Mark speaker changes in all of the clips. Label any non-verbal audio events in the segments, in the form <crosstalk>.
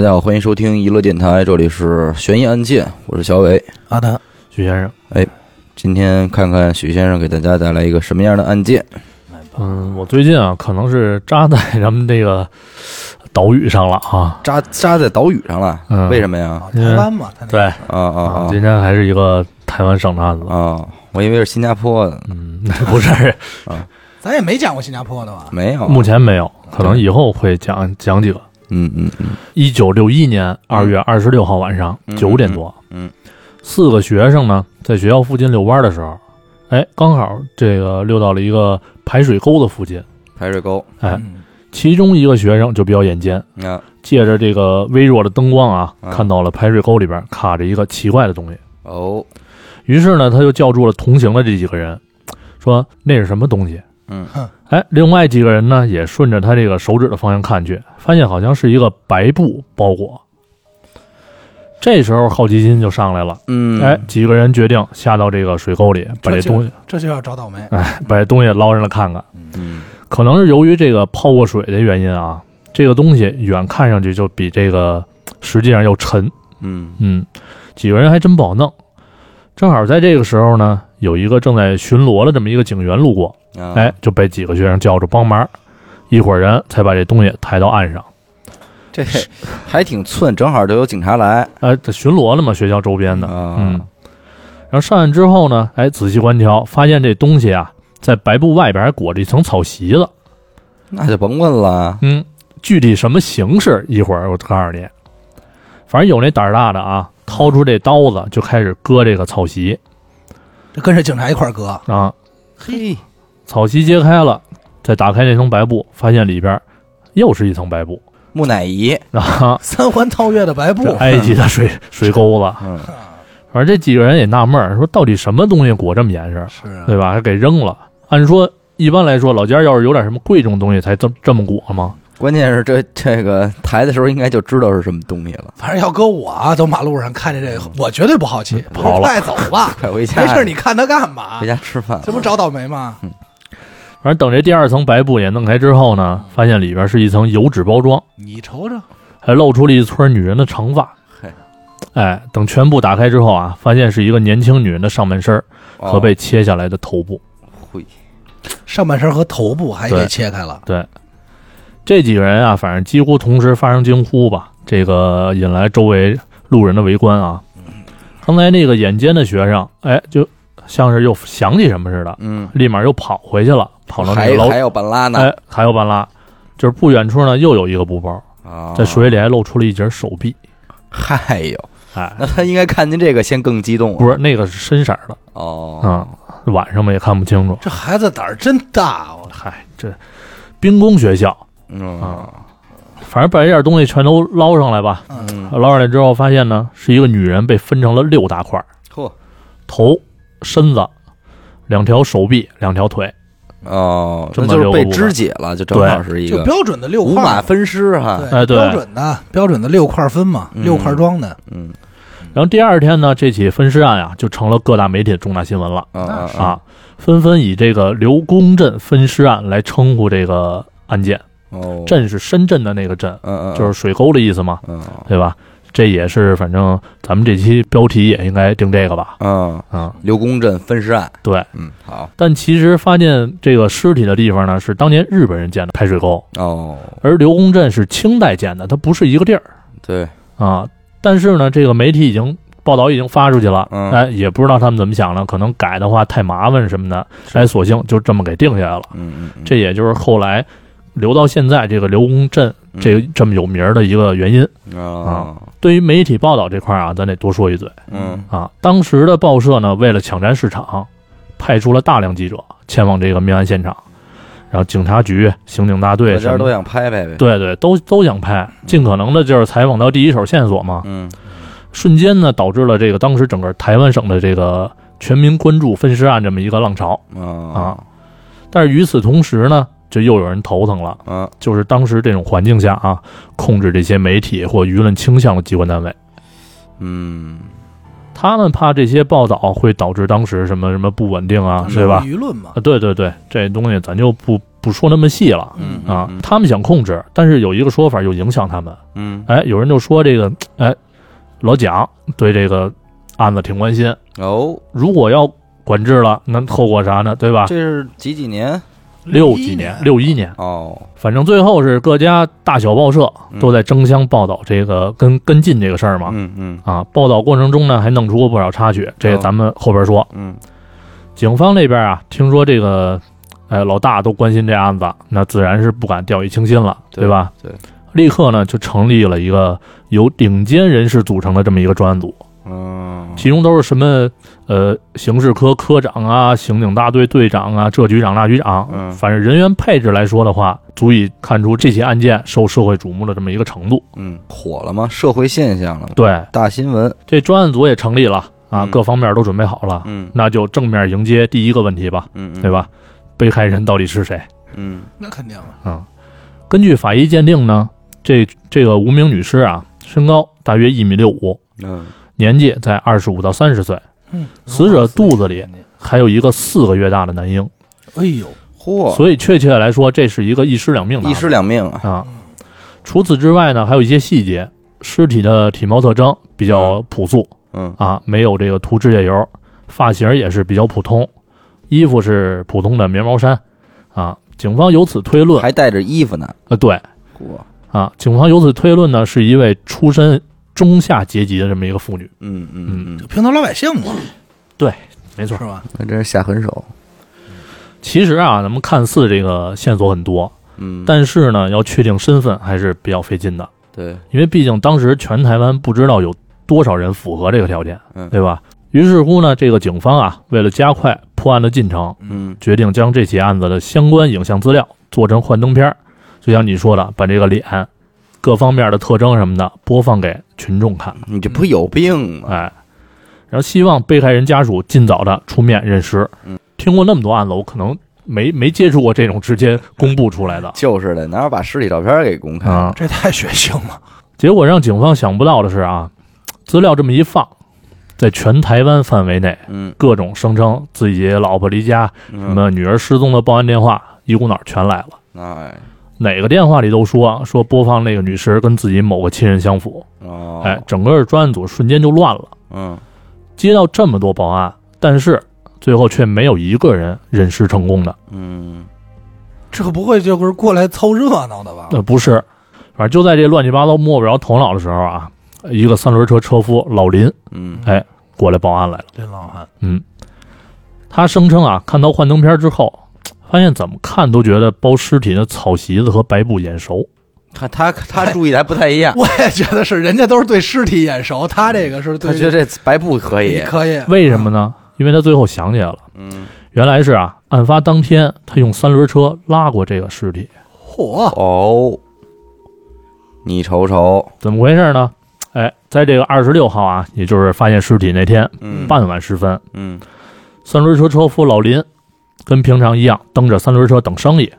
Speaker 1: 大家好，欢迎收听娱乐电台，这里是悬疑案件，我是小伟。
Speaker 2: 阿达，
Speaker 3: 许先生，
Speaker 1: 今天看看许先生给大家带来一个什么样的案件？
Speaker 3: 嗯，我最近啊，可能是扎在咱们这个岛屿上了啊。
Speaker 1: 扎扎在岛屿上了，
Speaker 3: 嗯
Speaker 1: 为什么呀？
Speaker 2: 啊台湾嘛，他那个
Speaker 3: 对
Speaker 1: 啊啊啊
Speaker 3: 今天还是一个台湾省的案子
Speaker 1: 啊。我以为是新加坡的，
Speaker 3: 嗯，不是，
Speaker 2: 咱也没讲过新加坡的吧？
Speaker 1: 没有。
Speaker 3: 目前没
Speaker 1: 啊
Speaker 3: 有，可能以后会讲讲几个。
Speaker 1: 嗯嗯嗯
Speaker 3: 一九六一年二月二十六号晚上
Speaker 1: 嗯
Speaker 3: 九点多，
Speaker 1: 嗯，
Speaker 3: 四个学生呢在学校附近遛弯的时候，哎，刚好这个溜到了一个排水沟的附近，
Speaker 1: 排水沟，啊
Speaker 3: 哎，
Speaker 2: 嗯
Speaker 3: 其中一个学生就比较眼尖，
Speaker 1: 你看
Speaker 3: 借着这个微弱的灯光啊，
Speaker 1: 嗯
Speaker 3: 看到了排水沟里边卡着一个奇怪的东西。
Speaker 1: 哦，
Speaker 3: 于是呢，他就叫住了同行的这几个人，说那是什么东西？
Speaker 1: 嗯
Speaker 2: 哼，
Speaker 3: 哎，另外几个人呢也顺着他这个手指的方向看去，发现好像是一个白布包裹。这时候好奇心就上来了，
Speaker 1: 嗯，
Speaker 3: 哎，，几个人决定下到这个水沟里，把这
Speaker 2: 这就
Speaker 3: 东西，
Speaker 2: 这就要找倒霉。
Speaker 3: 哎，把这东西捞上来看看。
Speaker 1: 嗯
Speaker 3: 可能是由于这个泡过水的原因啊，这个东西远看上去就比这个实际上要沉。
Speaker 1: 嗯
Speaker 3: 嗯，几个人还真不好弄。正好在这个时候呢，有一个正在巡逻的这么一个警员路过，
Speaker 1: 啊，
Speaker 3: 哎，就被几个学生叫住帮忙，一伙人才把这东西抬到岸上。
Speaker 1: 这还挺寸，正好就有警察来
Speaker 3: 哎，这巡逻了嘛，学校周边的。
Speaker 1: 啊，
Speaker 3: 嗯，然后上岸之后呢，哎，仔细观瞧，发现这东西啊，在白布外边还裹着一层草席子。
Speaker 1: 那就甭问了，
Speaker 3: 嗯，具体什么形式，一会儿我告诉你。反正有那胆儿大的啊，掏出这刀子就开始割这个草席
Speaker 2: 这跟着警察一块儿割，
Speaker 3: 啊。
Speaker 1: 嘿，
Speaker 3: 草席揭开了，再打开那层白布，发现里边又是一层白布
Speaker 1: 木乃伊，
Speaker 3: 啊，
Speaker 2: 三环套月的白布
Speaker 3: <laughs> 这，埃及
Speaker 1: <laughs>
Speaker 3: 的水水沟子。
Speaker 1: 嗯
Speaker 3: 反正这几个人也纳闷儿，说到底什么东西裹这么严实，
Speaker 2: 是啊
Speaker 1: 嗯
Speaker 3: 对吧？还给扔了。按说一般来说，老家要是有点什么贵重东西才这这么裹吗？
Speaker 1: 关键是这这个抬的时候应该就知道是什么东西了，，
Speaker 2: 反正要搁我啊，走马路上看见这个，我绝对不好奇，
Speaker 3: 嗯跑了哎
Speaker 2: 快走
Speaker 3: <laughs>
Speaker 2: 吧
Speaker 1: 快回家，
Speaker 2: 没事，你看他干嘛
Speaker 1: 回？家吃饭，
Speaker 2: 这不找倒霉吗？
Speaker 3: 反正等这第二层白布也弄开之后呢，
Speaker 1: 嗯
Speaker 3: 发现里边是一层油纸包装，
Speaker 2: 你瞅瞅，
Speaker 3: 还露出了一撮女人的长发
Speaker 1: 嘿。
Speaker 3: 哎，等全部打开之后啊，发现是一个年轻女人的上半身儿
Speaker 1: 哦
Speaker 3: 和被切下来的头部。
Speaker 1: 会
Speaker 2: 上半身和头部还给
Speaker 3: 对
Speaker 2: 切开了，
Speaker 3: 这几个人啊，反正几乎同时发生惊呼吧，这个引来周围路人的围观啊。刚才那个眼尖的学生，哎，就像是又想起什么似的，
Speaker 1: 嗯，
Speaker 3: 立马又跑回去了，跑到那
Speaker 1: 还
Speaker 3: 个楼
Speaker 1: 还，有半拉呢，
Speaker 3: 哎，还有半拉，就是不远处呢又有一个布包，
Speaker 1: 啊，
Speaker 3: 在水里还露出了一截手臂，
Speaker 1: 嗨呦，
Speaker 3: 哎，
Speaker 1: 那他应该看见这个先更激动啊，
Speaker 3: 不是那个是深色儿的
Speaker 1: 哦，
Speaker 3: 啊、晚上嘛也看不清楚。
Speaker 2: 这孩子胆儿真大哦！
Speaker 3: 嗨，这兵工学校，啊
Speaker 1: 嗯
Speaker 3: 反正把这点东西全都捞上来吧。
Speaker 1: 嗯，
Speaker 3: 捞上来之后，发现呢是一个女人被分成了六大块儿，
Speaker 1: 嚯
Speaker 3: 头、身子、两条手臂、两条腿。
Speaker 1: 哦，
Speaker 3: 这
Speaker 1: 那
Speaker 3: 么
Speaker 1: 就是
Speaker 3: 六个
Speaker 1: 被
Speaker 3: 部
Speaker 1: 肢
Speaker 3: 分
Speaker 1: 解了，就正好是一
Speaker 2: 就
Speaker 1: 个
Speaker 2: 标准的六
Speaker 1: 五
Speaker 2: 块
Speaker 1: 马
Speaker 2: 儿，
Speaker 1: 分尸哈，
Speaker 3: 哎对
Speaker 2: 标准的标准的六块儿分嘛，
Speaker 1: 嗯
Speaker 2: 六块儿装的，
Speaker 1: 嗯
Speaker 3: 然后第二天呢，这起分尸案啊就成了各大媒体的重大新闻了
Speaker 1: 啊啊啊
Speaker 3: 啊，纷纷以这个刘公镇分尸案来称呼这个案件。
Speaker 1: 哦，
Speaker 3: 镇是深圳的那个镇，
Speaker 1: 嗯嗯，
Speaker 3: 就是水沟的意思嘛，
Speaker 1: 嗯
Speaker 3: 对吧？这也是，反正咱们这期标题也应该定这个吧，
Speaker 1: 嗯，
Speaker 3: 啊、
Speaker 1: 刘公镇分尸案，
Speaker 3: 对。
Speaker 1: 嗯，好
Speaker 3: 但其实发现这个尸体的地方呢，是当年日本人建的排水沟，
Speaker 1: 哦，
Speaker 3: 而刘公镇是清代建的，它不是一个地儿
Speaker 1: 对，
Speaker 3: 啊。但是呢，这个媒体已经报道已经发出去了，
Speaker 1: 嗯
Speaker 3: 哎，也不知道他们怎么想的，可能改的话太麻烦什么的，哎，索性就这么给定下来了。
Speaker 1: 嗯嗯，
Speaker 3: 这也就是后来留到现在这个刘公镇
Speaker 1: 嗯
Speaker 3: 这个这么有名儿的一个原因。
Speaker 1: 这啊，
Speaker 3: 对于媒体报道这块儿啊，咱得多说一嘴
Speaker 1: 嗯
Speaker 3: 啊。当时的报社呢，为了抢占市场，派出了大量记者前往这个命案现场，然后警察局、刑警大队
Speaker 1: 大
Speaker 3: 什
Speaker 1: 家
Speaker 3: 么
Speaker 1: 都想拍拍呗，，
Speaker 3: 对对，都都想拍，尽可能的就是采访到第一手线索嘛。
Speaker 1: 嗯
Speaker 3: 瞬间呢，导致了这个当时整个台湾省的这个全民关注分尸案这么一个浪潮。
Speaker 1: 啊
Speaker 3: 但是与此同时呢，就又有人头疼了，
Speaker 1: 啊，
Speaker 3: 就是当时这种环境下啊，控制这些媒体或舆论倾向的机关单位，
Speaker 1: 嗯
Speaker 3: 他们怕这些报道会导致当时什么什么不稳定啊，对吧？
Speaker 2: 舆论嘛
Speaker 3: 啊，，对对对，这东西咱就不不说那么细了
Speaker 1: 嗯
Speaker 3: 啊
Speaker 1: 嗯。
Speaker 3: 他们想控制，但是有一个说法又影响他们。
Speaker 1: 嗯，
Speaker 3: 哎，有人就说这个，哎，老蒋对这个案子挺关心，
Speaker 1: 哦，
Speaker 3: 如果要管制了，那后果啥呢？对吧
Speaker 1: 这？是几几年？
Speaker 3: 六几年，六一年，
Speaker 1: 哦，
Speaker 3: 反正最后是各家大小报社
Speaker 1: 嗯
Speaker 3: 都在争相报道这个跟跟进这个事儿嘛。
Speaker 1: 嗯嗯
Speaker 3: 啊，报道过程中呢，还弄出过不少插曲，这
Speaker 1: 哦
Speaker 3: 咱们后边说。
Speaker 1: 嗯
Speaker 3: 警方那边啊，听说这个，呃，老大都关心这案子，那自然是不敢掉以轻心了，
Speaker 1: 对
Speaker 3: 对吧？
Speaker 1: 对，
Speaker 3: 立刻呢就成立了一个由顶尖人士组成的这么一个专案组，
Speaker 1: 嗯，
Speaker 3: 其中都是什么呃刑事科科长啊、刑警大队队长啊、这局长那局长，
Speaker 1: 嗯
Speaker 3: 反正人员配置来说的话，足以看出这起案件受社会瞩目的这么一个程度。
Speaker 1: 嗯火了吗？社会现象了吗？
Speaker 3: 对，
Speaker 1: 大新闻。
Speaker 3: 这专案组也成立了啊，
Speaker 1: 嗯
Speaker 3: 各方面都准备好了，
Speaker 1: 嗯
Speaker 3: 那就正面迎接第一个问题吧，
Speaker 1: 嗯，
Speaker 3: 对？吧？被害人到底是谁？
Speaker 1: 嗯
Speaker 2: 那肯定了，
Speaker 3: 啊。根据法医鉴定呢，这这个无名女尸啊，身高大约一米六五，
Speaker 1: 嗯
Speaker 3: 年纪在二十五到三十岁，
Speaker 2: 嗯，
Speaker 3: 死者肚子里还有一个四个月大的男婴，
Speaker 2: 哎呦，
Speaker 1: 嚯，
Speaker 3: 所以确切来说，这是一个一尸两命的
Speaker 1: 一
Speaker 3: 案
Speaker 1: 尸
Speaker 3: 子
Speaker 1: 两命啊！
Speaker 3: 啊。除此之外呢，还有一些细节，尸体的体貌特征比较朴素
Speaker 1: 嗯
Speaker 3: 啊，没有这个涂指甲油，发型也是比较普通，衣服是普通的棉毛衫啊。警方由此推论，
Speaker 1: 还带着衣服呢。
Speaker 3: 呃，对，
Speaker 1: 嚯，
Speaker 3: 啊，警方由此推论呢，是一位出身中下阶级的这么一个妇女。
Speaker 1: 嗯嗯嗯，
Speaker 2: 平头老百姓嘛，
Speaker 3: 没错
Speaker 2: 是，吧？
Speaker 1: 那真是下狠手。
Speaker 3: 其实啊，咱们看似这个线索很多，
Speaker 1: 嗯，
Speaker 3: 但是呢，要确定身份还是比较费劲的，
Speaker 1: 对，
Speaker 3: 因为毕竟当时全台湾不知道有多少人符合这个条件
Speaker 1: 嗯，
Speaker 3: 对吧？于是乎呢，这个警方啊，为了加快破案的进程，
Speaker 1: 嗯
Speaker 3: 决定将这起案子的相关影像资料做成幻灯片儿，就像你说的，把这个脸、各方面的特征什么的播放给群众看。
Speaker 1: 你这不有病吗？
Speaker 3: 哎，然后希望被害人家属尽早的出面认尸。
Speaker 1: 嗯，。
Speaker 3: 听过那么多案子，我可能没没接触过这种直接公布出来的
Speaker 1: 就是的，哪有把尸体照片给公开？
Speaker 3: 啊
Speaker 2: 这太血腥了，
Speaker 3: 结果让警方想不到的是啊，资料这么一放，在全台湾范围内，
Speaker 1: 嗯，
Speaker 3: 各种声称自己老婆离家、什
Speaker 1: 什？
Speaker 3: 么女儿失踪的报案电话，一股脑儿全来了。
Speaker 1: 哎，
Speaker 3: 哪个电话里都说说播放那个女尸跟自己某个亲人相符，
Speaker 1: 哦，
Speaker 3: 哎，整个专案组瞬间就乱了。
Speaker 1: 嗯，
Speaker 3: 接到这么多报案，但是最后却没有一个人认尸成功的。
Speaker 1: 嗯
Speaker 2: 这可不会就是过来凑热闹的吧？
Speaker 3: 呃，不是，反正就在这乱七八糟摸不着头脑的时候啊，一个三轮车车夫老林
Speaker 1: 嗯
Speaker 3: 哎过来报案来了。
Speaker 2: 林老汉，
Speaker 3: 嗯，他声称啊，看到幻灯片之后，发现怎么看都觉得包尸体的草席子和白布眼熟。
Speaker 1: 他他他注意的还不太一样，
Speaker 2: 我也觉得是，人家都是对尸体眼熟，他这个是
Speaker 1: 他
Speaker 2: 对
Speaker 1: 觉得这白布可以
Speaker 2: 你。可以，
Speaker 3: 为什么呢？因为他最后想起来了，
Speaker 1: 嗯，
Speaker 3: 原来是啊，案发当天他用三轮车拉过这个尸体。
Speaker 2: 嚯，
Speaker 1: 哦，你瞅瞅，
Speaker 3: 怎么回事呢？哎，在这个二十六号啊，也就是发现尸体那天
Speaker 1: 嗯
Speaker 3: 傍晚时分，
Speaker 1: 嗯
Speaker 3: 三轮车车夫老林跟平常一样蹬着三轮车等生意，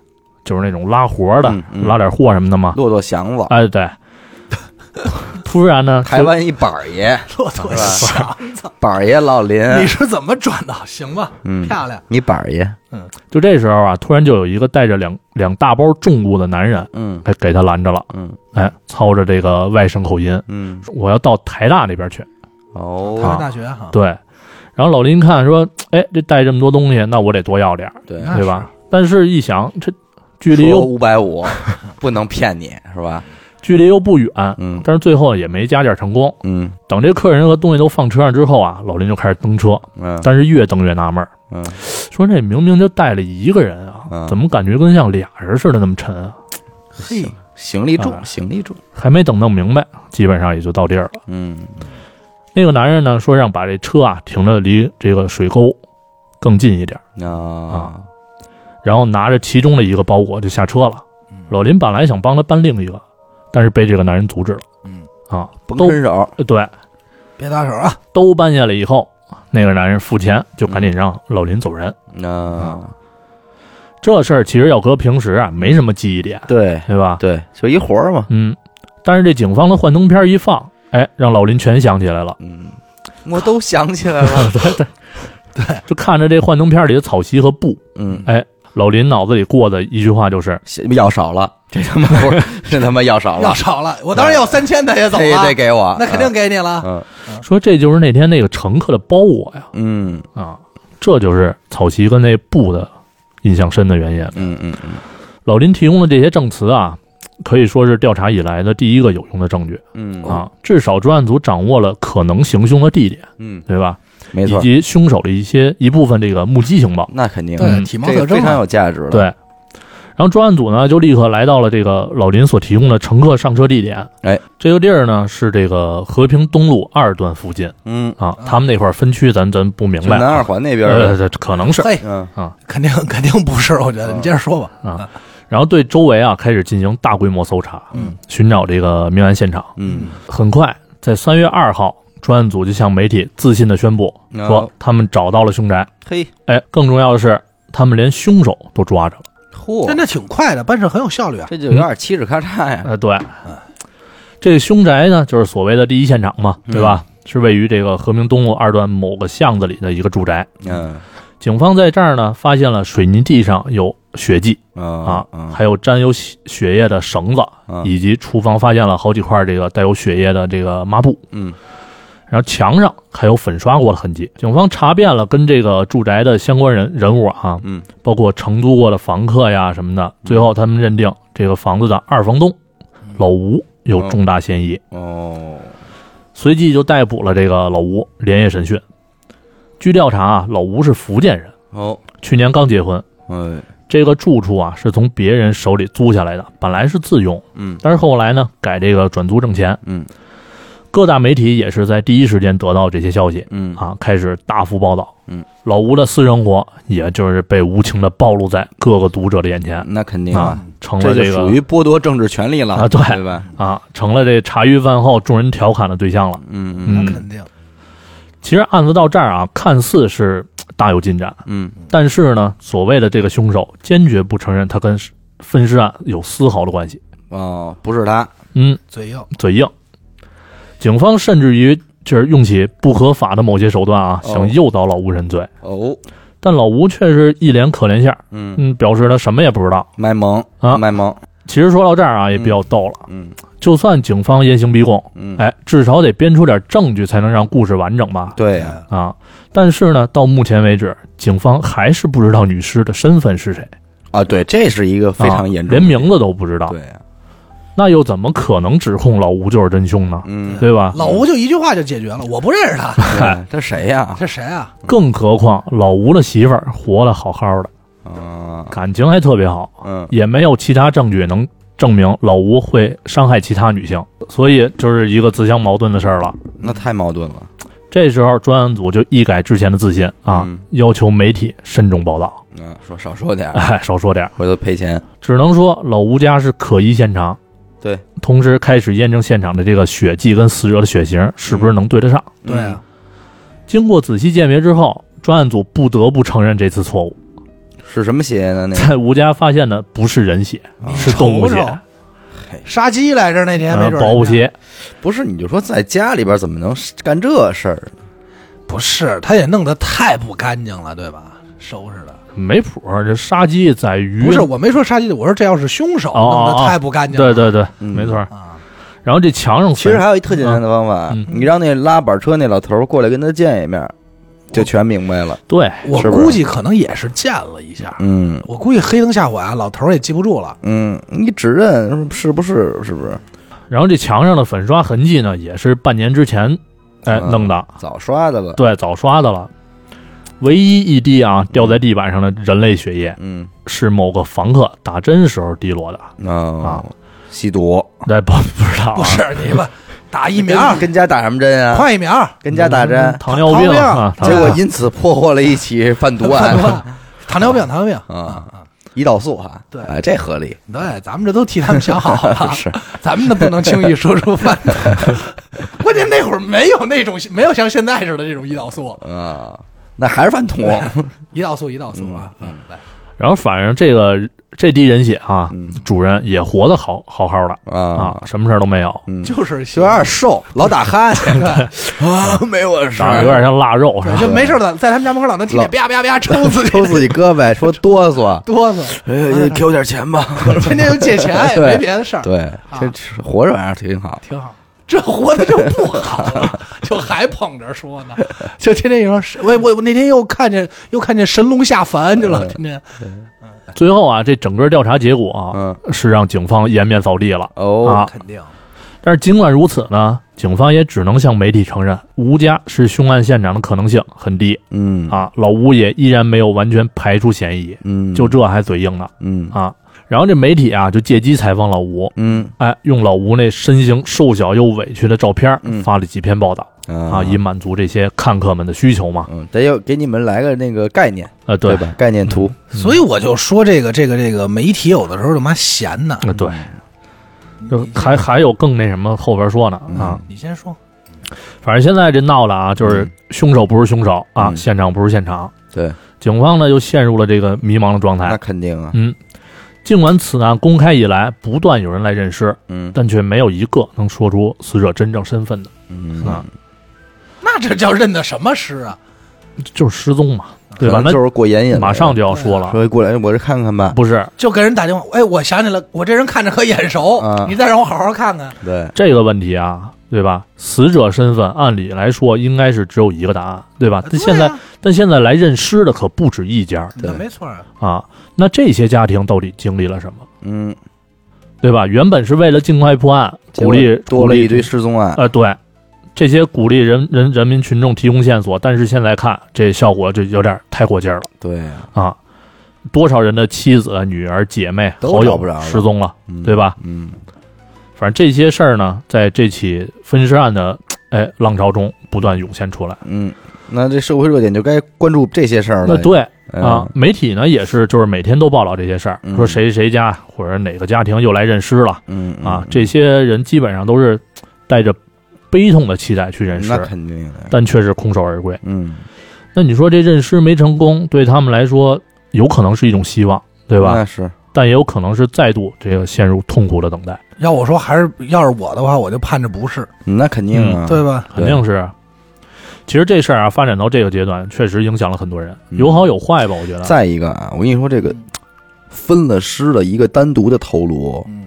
Speaker 3: 就是那种拉活的，
Speaker 1: 嗯嗯
Speaker 3: 拉点货什么的嘛。
Speaker 1: 骆驼祥子，
Speaker 3: 哎，对。 <laughs> 突然呢，
Speaker 1: 台湾一板儿爷，
Speaker 2: 骆驼
Speaker 1: <laughs>
Speaker 2: 祥子，
Speaker 1: 板儿爷老林，
Speaker 2: 你是怎么转的？行吧，
Speaker 1: 嗯，
Speaker 2: 漂亮，
Speaker 1: 你板儿爷，
Speaker 3: 就就这时候啊，突然就有一个带着两两大包重物的男人
Speaker 1: 嗯
Speaker 3: 给给他拦着了。
Speaker 1: 嗯
Speaker 3: 哎，操着这个外省口音，
Speaker 1: 嗯，
Speaker 3: 说我要到台大那边去。
Speaker 1: 啊
Speaker 2: 台
Speaker 1: 哦，
Speaker 2: 湾大学哈，
Speaker 3: 对，然后老林一看说，哎，这带这么多东西，那我得多要点儿，
Speaker 1: 对，
Speaker 2: 那
Speaker 3: 对吧？但是一想，这距离
Speaker 1: 说
Speaker 3: 又
Speaker 1: 五百 <laughs> 五，不能骗你是吧？
Speaker 3: 距离又不远，
Speaker 1: 嗯
Speaker 3: 但是最后也没加价成功。
Speaker 1: 嗯
Speaker 3: 等这客人和东西都放车上之后啊，老林就开始蹬车，
Speaker 1: 嗯
Speaker 3: 但是越蹬越纳闷儿，
Speaker 1: 嗯，
Speaker 3: 说这明明就带了一个人啊
Speaker 1: 嗯，
Speaker 3: 怎么感觉跟像俩人似的那么沉啊？
Speaker 2: 嘿，
Speaker 1: 行李
Speaker 3: 啊
Speaker 1: 重，行李重，
Speaker 3: 还没等弄明白，基本上也就到地儿了。
Speaker 1: 嗯
Speaker 3: 那个男人呢说让把这车啊停着离这个水沟更近一点儿，
Speaker 1: 啊
Speaker 3: 然后拿着其中的一个包裹就下车了。老林本来想帮他搬另一个，但是被这个男人阻止了。
Speaker 2: 嗯
Speaker 3: 啊，
Speaker 1: 甭
Speaker 3: 都
Speaker 1: 伸手，
Speaker 3: 呃对，
Speaker 2: 别搭手啊，
Speaker 3: 都搬下来以后，那个男人付钱就赶紧让老林走人。
Speaker 1: 啊，
Speaker 3: 这事儿其实要搁平时啊没什么记忆点，
Speaker 1: 对
Speaker 3: 对吧？
Speaker 1: 对，就一活儿嘛，
Speaker 3: 嗯，但是这警方的幻灯片一放，哎，让老林全想起来了。
Speaker 1: 嗯我都想起来了。 <laughs>
Speaker 3: 就看着这幻灯片里的草席和布，
Speaker 1: 嗯，
Speaker 3: 老林脑子里过的一句话就是：
Speaker 1: 药少了，这他妈不是，这他妈药少
Speaker 2: 要
Speaker 1: 了，
Speaker 2: 少了，我当然要三千，他也走
Speaker 1: 这也得
Speaker 2: 了，
Speaker 1: 给我，
Speaker 2: 那肯定给你了。
Speaker 1: 嗯。
Speaker 3: 说这就是那天那个乘客的包裹呀，
Speaker 1: 嗯
Speaker 3: 啊，这就是草席跟那布的印象深的原因。
Speaker 1: 嗯嗯嗯
Speaker 3: 老林提供的这些证词啊，可以说是调查以来的第一个有用的证据
Speaker 1: 嗯嗯
Speaker 3: 啊，至少专案组掌握了可能行凶的地点，
Speaker 1: 嗯，
Speaker 3: 对吧？
Speaker 1: 没
Speaker 3: 以
Speaker 1: 错，
Speaker 3: 及凶手的一些一部分这个目击情报。
Speaker 1: 那肯定，
Speaker 2: 对，
Speaker 3: 嗯
Speaker 2: 体貌
Speaker 1: 这
Speaker 2: 特
Speaker 1: 个非
Speaker 2: 征
Speaker 1: 常
Speaker 2: 嘛，
Speaker 1: 有价值了。
Speaker 3: 对，，然后专案组呢就立刻来到了这个老林所提供的乘客上车地点。
Speaker 1: 哎，
Speaker 3: 这个地儿呢是这个和平东路二段附近
Speaker 1: 嗯，
Speaker 3: 啊，他们那块儿分区咱咱不明
Speaker 1: 就
Speaker 3: 白
Speaker 1: 南
Speaker 3: 啊，
Speaker 1: 二环那边
Speaker 3: 呃，
Speaker 1: 的，
Speaker 3: 这可能是。
Speaker 2: 嘿，
Speaker 1: 嗯
Speaker 2: 肯定肯定不是，我觉得你接着说吧。
Speaker 3: 啊然后对周围啊开始进行大规模搜查，
Speaker 2: 嗯，
Speaker 3: 寻找这个命案现场。
Speaker 1: 嗯，
Speaker 3: 很快，在三月二号，专案组就向媒体自信的宣布
Speaker 1: 哦
Speaker 3: 说，他们找到了凶宅。
Speaker 1: 嘿，
Speaker 3: 哎，更重要的是，他们连凶手都抓着了。
Speaker 1: 嚯
Speaker 2: 真，的挺快的，办事很有效率啊。
Speaker 1: 这就有点七指咔嚓呀。
Speaker 3: 呃，对，这个凶宅呢，就是所谓的第一现场嘛，
Speaker 1: 嗯
Speaker 3: 对吧？是位于这个和平东路二段某个巷子里的一个住宅。
Speaker 1: 嗯
Speaker 3: 警方在这儿呢，发现了水泥地上有血迹啊
Speaker 1: 啊，嗯
Speaker 3: 还有沾有血血液的绳子，
Speaker 1: 嗯
Speaker 3: 以及厨房发现了好几块这个带有血液的这个抹布，
Speaker 1: 嗯
Speaker 3: 然后墙上还有粉刷过的痕迹。警方查遍了跟这个住宅的相关人人物啊，
Speaker 1: 嗯，
Speaker 3: 包括承租过的房客呀什么的，最后他们认定这个房子的二房东老吴有重大嫌疑，
Speaker 1: 嗯哦，
Speaker 3: 随即就逮捕了这个老吴，连夜审讯。据调查啊，老吴是福建人，
Speaker 1: 哦，
Speaker 3: 去年刚结婚。
Speaker 1: 哎，
Speaker 3: 这个住处啊是从别人手里租下来的，本来是自用，
Speaker 1: 嗯
Speaker 3: 但是后来呢改这个转租挣钱。
Speaker 1: 嗯
Speaker 3: 各大媒体也是在第一时间得到这些消息
Speaker 1: 嗯，
Speaker 3: 啊，开始大幅报道。
Speaker 1: 嗯，
Speaker 3: 老吴的私生活也就是被无情的暴露在各个读者的眼前，
Speaker 1: 那肯定啊，
Speaker 3: 成
Speaker 1: 这
Speaker 3: 了
Speaker 1: 就
Speaker 3: 个
Speaker 1: 属于剥夺政治权利了
Speaker 3: 啊对
Speaker 1: 对吧？
Speaker 3: 啊，成了这茶余饭后众人调侃的对象了。
Speaker 1: 嗯
Speaker 2: 那
Speaker 3: 嗯
Speaker 2: 肯定，
Speaker 3: 其实案子到这儿啊，看似是嘖大有进展，
Speaker 1: 嗯
Speaker 3: 但是呢，所谓的这个凶手坚决不承认他跟分尸案有丝毫的关系。
Speaker 1: 嗯，哦，不是他，
Speaker 3: 嗯，
Speaker 2: 嘴硬，
Speaker 3: 嘴硬。警方甚至于就是用起不合法的某些手段啊，
Speaker 1: 哦
Speaker 3: 想诱导老吴认罪，
Speaker 1: 哦，
Speaker 3: 但老吴却是一脸可怜相，
Speaker 1: 嗯，
Speaker 3: 嗯，表示他什么也不知道。
Speaker 1: 卖萌
Speaker 3: 啊
Speaker 1: 卖萌，
Speaker 3: 其实说到这儿啊，也比较逗了。
Speaker 1: 嗯
Speaker 3: 就算警方严刑逼供，
Speaker 1: 嗯，，
Speaker 3: 哎，至少得编出点证据才能让故事完整吧？
Speaker 1: 对呀，
Speaker 3: 啊，但是呢，到目前为止，警方还是不知道女尸的身份是谁，
Speaker 1: 啊，对，这是一个非
Speaker 3: 啊
Speaker 1: 常严重的，
Speaker 3: 连名字都不知道，
Speaker 1: 对啊呀，
Speaker 3: 那又怎么可能指控老吴就是真凶呢？
Speaker 1: 嗯，
Speaker 3: 对吧？
Speaker 2: 老吴就一句话就解决了，我不认识他，
Speaker 1: 对，这谁呀？
Speaker 2: 这谁啊？
Speaker 3: 更何况老吴的媳妇儿活得好好的，
Speaker 1: 啊，
Speaker 3: 感情还特别好，
Speaker 1: 嗯
Speaker 3: 也没有其他证据能证明老吴会伤害其他女性，所以就是一个自相矛盾的事儿了。，
Speaker 1: 那太矛盾了。
Speaker 3: 这时候专案组就一改之前的自信啊，
Speaker 1: 嗯
Speaker 3: 要求媒体慎重报道，
Speaker 1: 嗯，说少说点儿，
Speaker 3: 哎，少说点儿。
Speaker 1: 回头赔钱。
Speaker 3: 只能说老吴家是可疑现场，
Speaker 1: 对，
Speaker 3: 同时开始验证现场的这个血迹跟死者的血型是
Speaker 1: 嗯
Speaker 3: 不是能对得上。
Speaker 2: 对啊，
Speaker 3: 经过仔细鉴别之后，专案组不得不承认这次错误，
Speaker 1: 嗯是什么鞋呢？那个
Speaker 3: 在吴家发现的不是人血，
Speaker 1: 啊
Speaker 3: 是动物血
Speaker 2: 瞅，瞅嗯杀鸡来着那天没
Speaker 3: 呃，
Speaker 2: 准儿
Speaker 3: 保不
Speaker 2: 人家
Speaker 3: 齐。
Speaker 1: 不是，你就说在家里边怎么能干这事儿？
Speaker 2: 不是，他也弄得太不干净了，对吧？收拾的
Speaker 3: 没谱儿，这杀鸡宰鱼
Speaker 2: 不是，我没说杀鸡的，我说这要是凶手
Speaker 3: 哦哦
Speaker 2: 弄
Speaker 3: 哦
Speaker 2: 得太不干净
Speaker 3: 对
Speaker 2: 了。
Speaker 3: 对对，
Speaker 1: 嗯
Speaker 3: 没错儿。
Speaker 2: 啊，
Speaker 3: 然后这墙上
Speaker 1: 其实
Speaker 3: 粉
Speaker 1: 还有一特简单的方法，
Speaker 3: 嗯
Speaker 1: 你让那拉板车那老头儿过来跟他见一面，就全明白了。
Speaker 3: 对
Speaker 2: 我
Speaker 1: 是不是
Speaker 2: 估计可能也是见了一下，
Speaker 1: 嗯
Speaker 2: 我估计黑灯瞎火啊，老头儿也记不住了。
Speaker 1: 嗯，你指认是不是？是不是？
Speaker 3: 然后这墙上的粉刷痕迹呢，也是半年之前哎
Speaker 1: 嗯
Speaker 3: 弄的，
Speaker 1: 早刷的了。
Speaker 3: 对，早刷的了。唯一一滴啊掉在地板上的人类血液
Speaker 1: 嗯，
Speaker 3: 是某个房客打针时候滴落的，
Speaker 1: 哦，吸毒
Speaker 3: 那不不知道、啊，
Speaker 2: 不是你们打疫
Speaker 1: 跟
Speaker 3: <laughs>
Speaker 2: 苗，
Speaker 1: 跟家打什么针啊？
Speaker 2: 快疫苗，
Speaker 1: 跟家打针，
Speaker 3: 糖尿
Speaker 2: 糖
Speaker 3: 病
Speaker 2: 尿病
Speaker 3: 啊，糖
Speaker 1: 结
Speaker 3: 尿
Speaker 1: 果
Speaker 3: 病
Speaker 1: 因此破获了一起贩毒案
Speaker 2: <laughs>
Speaker 3: <laughs>
Speaker 2: 糖尿病，糖尿病。
Speaker 1: 啊，胰岛素哈，
Speaker 2: 对
Speaker 1: 哎，这合理。
Speaker 2: 对，咱们这都替他们想好了，
Speaker 1: <laughs> 是，
Speaker 2: 咱们的不能轻易说出犯。 <laughs> 关键那会儿没有那种没有像现在
Speaker 1: 嗯
Speaker 2: 似的这种胰岛素，
Speaker 1: 啊，那还是饭桶。
Speaker 2: 胰岛素，胰岛素啊，嗯，来，
Speaker 3: 然后反正这个这滴人血啊，
Speaker 1: 嗯
Speaker 3: 主人也活得好好好的啊
Speaker 1: 啊，，
Speaker 3: 什么事儿都没有，
Speaker 1: 嗯，
Speaker 2: 就是
Speaker 1: 就有点瘦，老打哈欠啊，没我事
Speaker 3: 长得
Speaker 1: 儿
Speaker 3: 有，点像腊肉是
Speaker 2: 对
Speaker 1: 啊
Speaker 3: 吧？
Speaker 2: 就没事了，在他们家门口老能听见啪啪啪抽自己
Speaker 1: 抽自己胳膊，说哆嗦，
Speaker 2: 哆嗦，
Speaker 1: 哎，给我点钱吧。
Speaker 2: 天天就借钱，
Speaker 1: <laughs>
Speaker 2: 也
Speaker 1: 对
Speaker 2: 没别的事儿，
Speaker 1: <laughs> 对，这这活着玩意儿挺好。
Speaker 2: 挺好。这活的就不好了，就还捧着说呢，就天天有说，我我我那天又看见又看见神龙下凡去了，
Speaker 1: 嗯
Speaker 2: 天天
Speaker 3: 最后啊，这整个调查结果啊，
Speaker 1: 嗯，
Speaker 3: 是让警方颜面扫地了。
Speaker 1: 哦
Speaker 3: 啊，
Speaker 2: 肯定
Speaker 3: 但是尽管如此呢，警方也只能向媒体承认，吴家是凶案现场的可能性很低
Speaker 1: 嗯
Speaker 3: 啊，老吴也依然没有完全排除嫌疑，
Speaker 1: 嗯，
Speaker 3: 就这还嘴硬呢
Speaker 1: 嗯
Speaker 3: 啊。然后这媒体啊就借机采访老吴，
Speaker 1: 嗯
Speaker 3: 哎，用老吴那身形瘦小又委屈的照片儿
Speaker 1: 嗯
Speaker 3: 发了几篇报道、啊，
Speaker 1: 啊
Speaker 3: 以满足这些看客们的需求嘛。
Speaker 1: 嗯，得有给你们来个那个概念，
Speaker 3: 呃，对，
Speaker 1: 吧？概念图，
Speaker 2: 所以我就说这个这个这个媒体有的时候他妈闲呢，
Speaker 3: 呃，对，
Speaker 1: 嗯
Speaker 3: 就还还有更那什么后边说呢啊，
Speaker 2: 你先说，
Speaker 3: 反正现在这闹的啊，就是
Speaker 1: 嗯
Speaker 3: 凶手不是凶手啊，
Speaker 1: 嗯
Speaker 3: 现场不是现场，
Speaker 1: 对，
Speaker 3: 警方呢又陷入了这个迷茫的状
Speaker 1: 那
Speaker 3: 态。
Speaker 1: 肯定啊，
Speaker 3: 嗯，尽管此案公开以来不断有人来认尸，
Speaker 1: 嗯
Speaker 3: 但却没有一个能说出死者真正身份的，
Speaker 1: 嗯
Speaker 3: 啊，
Speaker 2: 那这叫认的什么诗啊？
Speaker 3: 就是失踪嘛，对吧
Speaker 1: 可？能
Speaker 3: 那
Speaker 1: 就是过眼瘾了，
Speaker 3: 马上就要说了，
Speaker 1: 说过来，我这看看吧。
Speaker 3: 不是
Speaker 2: 就跟人打电话，哎，我想起来，我这人看着可眼熟
Speaker 1: 啊，
Speaker 2: 你再让我好好看看，
Speaker 1: 对，
Speaker 3: 这个问题啊，对吧？死者身份按理来说应该是只有一个答案，对吧？但现在、
Speaker 2: 对啊
Speaker 3: 但现在来认尸的可不止一家
Speaker 1: 对
Speaker 2: 没错啊，
Speaker 3: 啊，那这些家庭到底经历了什么？
Speaker 1: 嗯，
Speaker 3: 对吧？原本是为了尽快破案，鼓励
Speaker 1: 结果多
Speaker 3: 鼓
Speaker 1: 了
Speaker 3: 励
Speaker 1: 一堆失踪案，
Speaker 3: 呃，对，这些鼓励人人人民群众提供线索，但是现在看这效果就有点太过劲儿了
Speaker 1: 对啊，
Speaker 3: 啊！多少人的妻子、啊女儿、姐妹、
Speaker 1: 都
Speaker 3: 好
Speaker 1: 找
Speaker 3: 友
Speaker 1: 不着了
Speaker 3: 失踪了，
Speaker 1: 嗯
Speaker 3: 对吧？
Speaker 1: 嗯
Speaker 3: 反正这些事儿呢，在这起分尸案的哎浪潮中不断涌现出来。
Speaker 1: 嗯，那这社会热点就该关注这些事儿了。
Speaker 3: 那对
Speaker 1: 嗯
Speaker 3: 啊，，媒体呢也是，就是每天都报道这些事儿，
Speaker 1: 嗯
Speaker 3: 说谁谁家或者哪个家庭又来认尸了
Speaker 1: 嗯
Speaker 3: 啊
Speaker 1: 嗯。
Speaker 3: 这些人基本上都是带着悲痛的期待去认
Speaker 1: 那
Speaker 3: 尸，
Speaker 1: 肯定的，
Speaker 3: 但却是空手而归。
Speaker 1: 嗯，
Speaker 3: 那你说这认尸没成功，对他们来说有可能是一种希望，对吧？
Speaker 1: 那是，
Speaker 3: 但也有可能是再度这个陷入痛苦的等待，
Speaker 2: 要我说，还是要是我的话，我就盼着不是，
Speaker 1: 那肯定
Speaker 3: 嗯
Speaker 1: 啊，
Speaker 2: 对吧？
Speaker 3: 肯定是。其实这事儿啊，发展到这个阶段，确实影响了很多人，
Speaker 1: 嗯
Speaker 3: 有好有坏吧，我觉得。
Speaker 1: 再一个啊，我跟你说，这个分了尸的一个单独的头颅
Speaker 2: 嗯，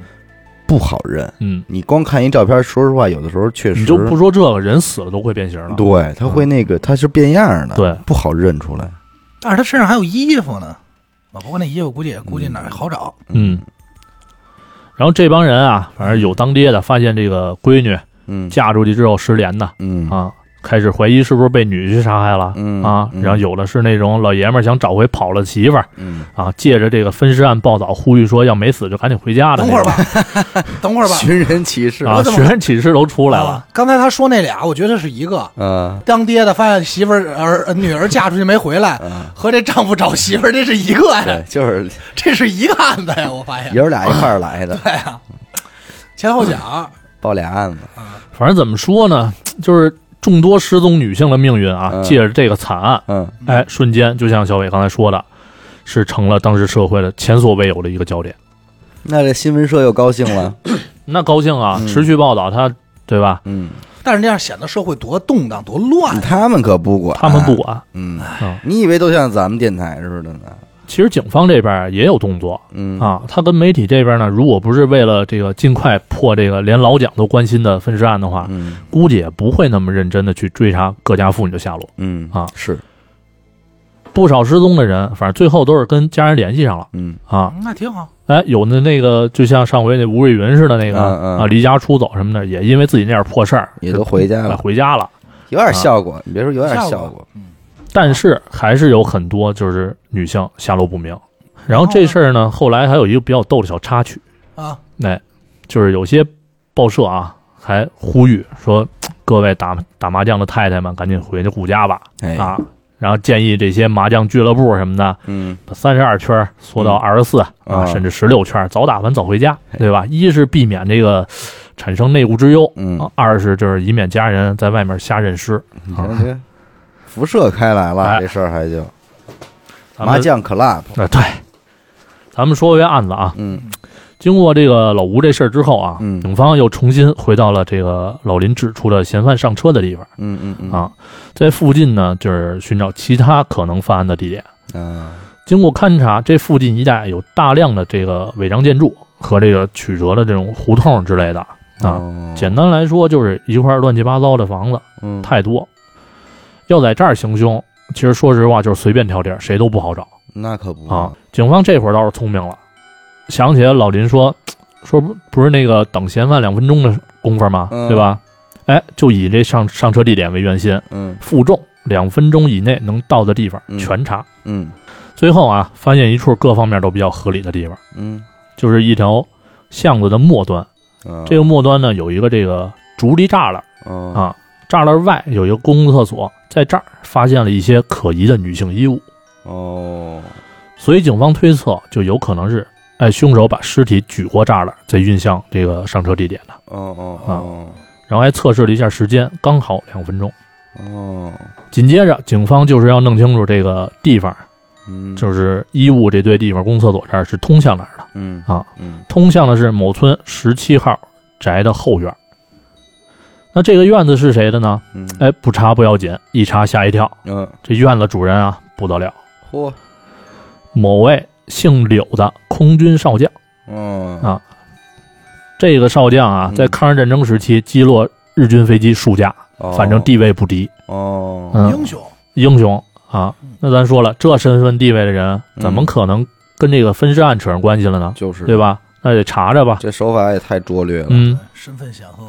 Speaker 1: 不好认。
Speaker 3: 嗯，
Speaker 1: 你光看一照片，说实话，有的时候确实
Speaker 3: 你就不说这个人死了都会变形了，
Speaker 1: 对，嗯他会那个，他是变样的，
Speaker 3: 对
Speaker 1: 不好认出来。
Speaker 2: 但是他身上还有衣服呢，啊，不过那衣服估计估计哪儿好找，
Speaker 3: 嗯。然后这帮人啊，反正有当爹的发现这个闺女
Speaker 1: 嗯
Speaker 3: 嫁出去之后失联的
Speaker 1: 嗯 <laughs>
Speaker 3: 啊，开始怀疑是不是被女婿杀害了
Speaker 1: 嗯
Speaker 3: 啊。
Speaker 1: 嗯
Speaker 3: 然后有的是那种老爷们儿想找回跑了媳妇儿，
Speaker 1: 嗯，
Speaker 3: 啊，借着这个分尸案报道，呼吁说要没死就赶紧回家的
Speaker 2: 等
Speaker 3: 那
Speaker 2: 会儿
Speaker 3: 种。
Speaker 2: 吧， <laughs> 等会儿吧。
Speaker 1: 寻人启事
Speaker 3: 啊，
Speaker 2: 我怎么
Speaker 3: 学生启事都出来了。
Speaker 2: 啊刚才他说那俩，我觉得是一个。
Speaker 1: 啊
Speaker 2: 当爹的发现媳妇儿儿呃女儿嫁出去没回来，
Speaker 1: 啊，
Speaker 2: 和这丈夫找媳妇儿这是一个呀
Speaker 3: <laughs>
Speaker 1: 对，，就是
Speaker 2: 这是一个案子呀！我发现
Speaker 1: 爷儿俩一块儿来
Speaker 3: <laughs>
Speaker 1: 的，
Speaker 2: 前后脚，
Speaker 1: 报俩案子，
Speaker 3: 反正怎么说呢，就是众多失踪女性的命运啊，
Speaker 1: 嗯
Speaker 3: 借着这个惨案，
Speaker 1: 嗯
Speaker 3: 哎，瞬间就像小伟刚才说的，是成了当时社会的前所未有的一个焦点。
Speaker 1: 那这新闻社又高兴
Speaker 3: <laughs>
Speaker 1: 了，
Speaker 3: 那高兴啊，
Speaker 1: 嗯
Speaker 3: 持续报道他，对吧？
Speaker 1: 嗯，
Speaker 2: 但是那样显得社会多动荡、多乱。
Speaker 1: 他们可不管，
Speaker 3: 他们不，管。
Speaker 1: 嗯
Speaker 3: 嗯，
Speaker 1: 你以为都像咱们电台似的呢？
Speaker 3: 其实警方这边也有动作
Speaker 1: 嗯，
Speaker 3: 啊，他跟媒体这边呢，如果不是为了这个尽快破这个连老蒋都关心的分尸案的话，
Speaker 1: 嗯
Speaker 3: 估计也不会那么认真的去追查各家妇女的下落。
Speaker 1: 嗯
Speaker 3: 啊
Speaker 1: 是，
Speaker 3: 不少失踪的人，反正最后都是跟家人联系上了
Speaker 1: 嗯
Speaker 3: 啊。
Speaker 2: 那挺好。
Speaker 3: 哎，有的那个就像上回那吴瑞云似的那个
Speaker 1: 嗯嗯
Speaker 3: 啊，离家出走什么的，也因为自己那点破事儿，
Speaker 1: 也都回家
Speaker 3: 哎
Speaker 1: 了，
Speaker 3: 回家了。
Speaker 1: 有点效果，你别说有点
Speaker 2: 效
Speaker 1: 效
Speaker 2: 果
Speaker 1: 果，
Speaker 3: 但是还是有很多就是女性下落不明。然后这事儿呢，后来还有一个比较逗的小插曲，
Speaker 2: 啊，
Speaker 3: 哎，就是有些报社啊还呼吁说，各位打打麻将的太太们赶紧回去顾家吧
Speaker 1: 哎，
Speaker 3: 啊。然后建议这些麻将俱乐部什么的，
Speaker 1: 嗯
Speaker 3: 把三十二圈儿缩到二十四
Speaker 1: 啊哎
Speaker 3: 啊，甚至十六圈儿，早打完早回家，对吧？一是避免这个产生内顾之忧，
Speaker 1: 嗯，
Speaker 3: 啊二是就是以免家人在外面瞎认尸。
Speaker 1: 你看这辐射开来了，
Speaker 3: 哎
Speaker 1: 这事儿还就
Speaker 3: 咱们
Speaker 1: 麻将 club，
Speaker 3: 啊，对，咱们说回案子啊，
Speaker 1: 嗯
Speaker 3: 经过这个老吴这事儿之后啊，
Speaker 1: 嗯
Speaker 3: 警方又重新回到了这个老林指出的嫌犯上车的地方
Speaker 1: 嗯嗯嗯
Speaker 3: 啊，在附近呢，就是寻找其他可能犯案的地点。
Speaker 1: 啊
Speaker 3: 经过勘查，这附近一带有大量的这个违章建筑和这个曲折的这种胡同之类的。啊，
Speaker 1: 哦
Speaker 3: 简单来说，就是一块乱七八糟的房子
Speaker 1: 嗯
Speaker 3: 太多，要在这儿行凶，其实说实话就是随便挑地儿，谁都不好找
Speaker 1: 那可不
Speaker 3: 啊。警方这会儿倒是聪明了，想起来老林说，说不不是那个等嫌犯两分钟的功夫吗？
Speaker 1: 嗯
Speaker 3: 对吧？哎，就以这上上车地点为圆心，
Speaker 1: 嗯
Speaker 3: 负重两分钟以内能到的地方
Speaker 1: 嗯
Speaker 3: 全查。
Speaker 1: 嗯
Speaker 3: 最后啊，发现一处各方面都比较合理的地方，
Speaker 1: 嗯，
Speaker 3: 就是一条巷子的末端。
Speaker 1: 啊
Speaker 3: 这个末端呢，有一个这个竹篱栅栏，
Speaker 1: 哦
Speaker 3: 啊栅栏外有一个公共厕所，在这儿发现了一些可疑的女性衣物，
Speaker 1: 哦
Speaker 3: 所以警方推测就有可能是，哎，凶手把尸体举过栅栏，再运向这个上车地点的。
Speaker 1: 哦哦
Speaker 3: 然后还测试了一下时间，刚好两分钟。
Speaker 1: 哦哦，
Speaker 3: 紧接着，警方就是要弄清楚这个地方，
Speaker 1: 嗯
Speaker 3: 就是衣物这堆地方，公厕所这儿是通向哪儿的。
Speaker 1: 嗯
Speaker 3: 啊
Speaker 1: 嗯
Speaker 3: 通向的是某村十七号宅的后院。那这个院子是谁的呢？
Speaker 1: 嗯
Speaker 3: 哎，不查不要紧，一查吓一跳，
Speaker 1: 嗯
Speaker 3: 这院子主人啊不得了，
Speaker 1: 嚯
Speaker 3: 某位姓柳的空军少将。
Speaker 1: 嗯
Speaker 3: 啊这个少将啊，
Speaker 1: 嗯
Speaker 3: 在抗日战争时期击落日军飞机数架，
Speaker 1: 哦
Speaker 3: 反正地位不低，
Speaker 1: 哦
Speaker 3: 嗯
Speaker 2: 英雄
Speaker 3: 英雄啊
Speaker 2: 嗯。
Speaker 3: 那咱说了，这身份地位的人，
Speaker 1: 嗯
Speaker 3: 怎么可能跟这个分尸案扯上关系了呢？
Speaker 1: 就是
Speaker 3: 对？吧？那得查查吧。
Speaker 1: 这手法也太拙劣了。
Speaker 3: 嗯，
Speaker 2: 身份显赫，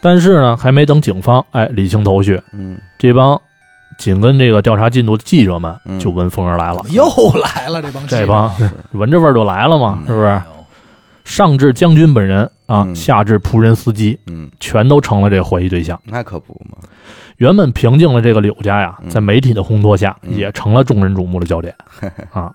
Speaker 3: 但是呢，还没等警方哎理清头绪，
Speaker 1: 嗯
Speaker 3: 这帮紧跟这个调查进度的记者们
Speaker 1: 嗯
Speaker 3: 就闻风而来了，
Speaker 2: 又来了这帮
Speaker 3: 这帮
Speaker 1: 是
Speaker 3: 闻着味儿就来了嘛，
Speaker 1: 嗯
Speaker 3: 是不
Speaker 2: 哎
Speaker 3: 是？
Speaker 2: 呦
Speaker 3: 上至将军本人啊，
Speaker 1: 嗯
Speaker 3: 下至仆人司机，
Speaker 1: 嗯，
Speaker 3: 全都成了这怀疑对象。
Speaker 1: 那可不嘛。
Speaker 3: 原本平静的这个柳家呀，
Speaker 1: 嗯
Speaker 3: 在媒体的烘托下，
Speaker 1: 嗯
Speaker 3: 也成了众人瞩目的焦
Speaker 1: <laughs>
Speaker 3: 点啊。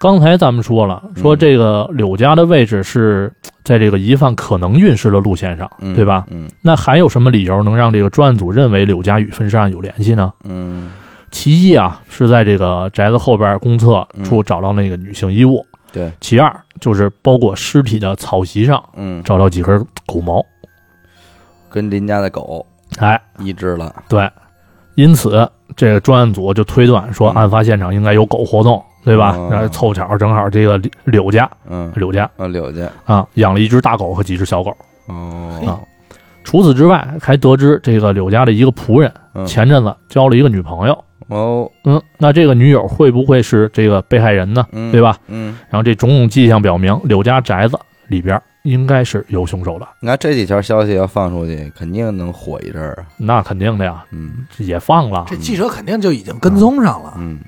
Speaker 3: 刚才咱们说了，说
Speaker 1: 嗯
Speaker 3: 这个柳家的位置是在这个疑犯可能运尸的路线上，
Speaker 1: 嗯，
Speaker 3: 对吧？
Speaker 1: 嗯
Speaker 3: 那还有什么理由能让这个专案组认为柳家与分尸案有联系呢？
Speaker 1: 嗯，
Speaker 3: 其一啊，是在这个宅子后边公厕
Speaker 1: 嗯
Speaker 3: 处找到那个女性衣物；
Speaker 1: 对，
Speaker 3: 其二就是包裹尸体的草席上
Speaker 1: 嗯，
Speaker 3: 找到几根狗毛。
Speaker 1: 跟邻家的狗
Speaker 3: 哎，
Speaker 1: 一致了。
Speaker 3: 对，因此这个专案组就推断说，
Speaker 1: 嗯
Speaker 3: 案发现场应该有狗活动，对吧
Speaker 1: 哦？
Speaker 3: 然后凑巧正好这个柳家
Speaker 1: 嗯，
Speaker 3: 柳家
Speaker 1: 啊，柳家。
Speaker 3: 啊养了一只大狗和几只小狗。
Speaker 1: 哦，
Speaker 3: 啊。除此之外，还得知这个柳家的一个仆人
Speaker 1: 嗯
Speaker 3: 前阵子交了一个女朋友。
Speaker 1: 哦，
Speaker 3: 嗯，那这个女友会不会是这个被害人呢？
Speaker 1: 嗯，
Speaker 3: 对？吧？
Speaker 1: 嗯，
Speaker 3: 然后这种种迹象表明，柳家宅子里边应该是有凶手的，
Speaker 1: 那这几条消息要放出去，肯定能火一阵儿啊。
Speaker 3: 那肯定的呀，
Speaker 1: 嗯
Speaker 3: 这也放了
Speaker 2: 这。记者肯定就已经跟踪上了，
Speaker 1: 嗯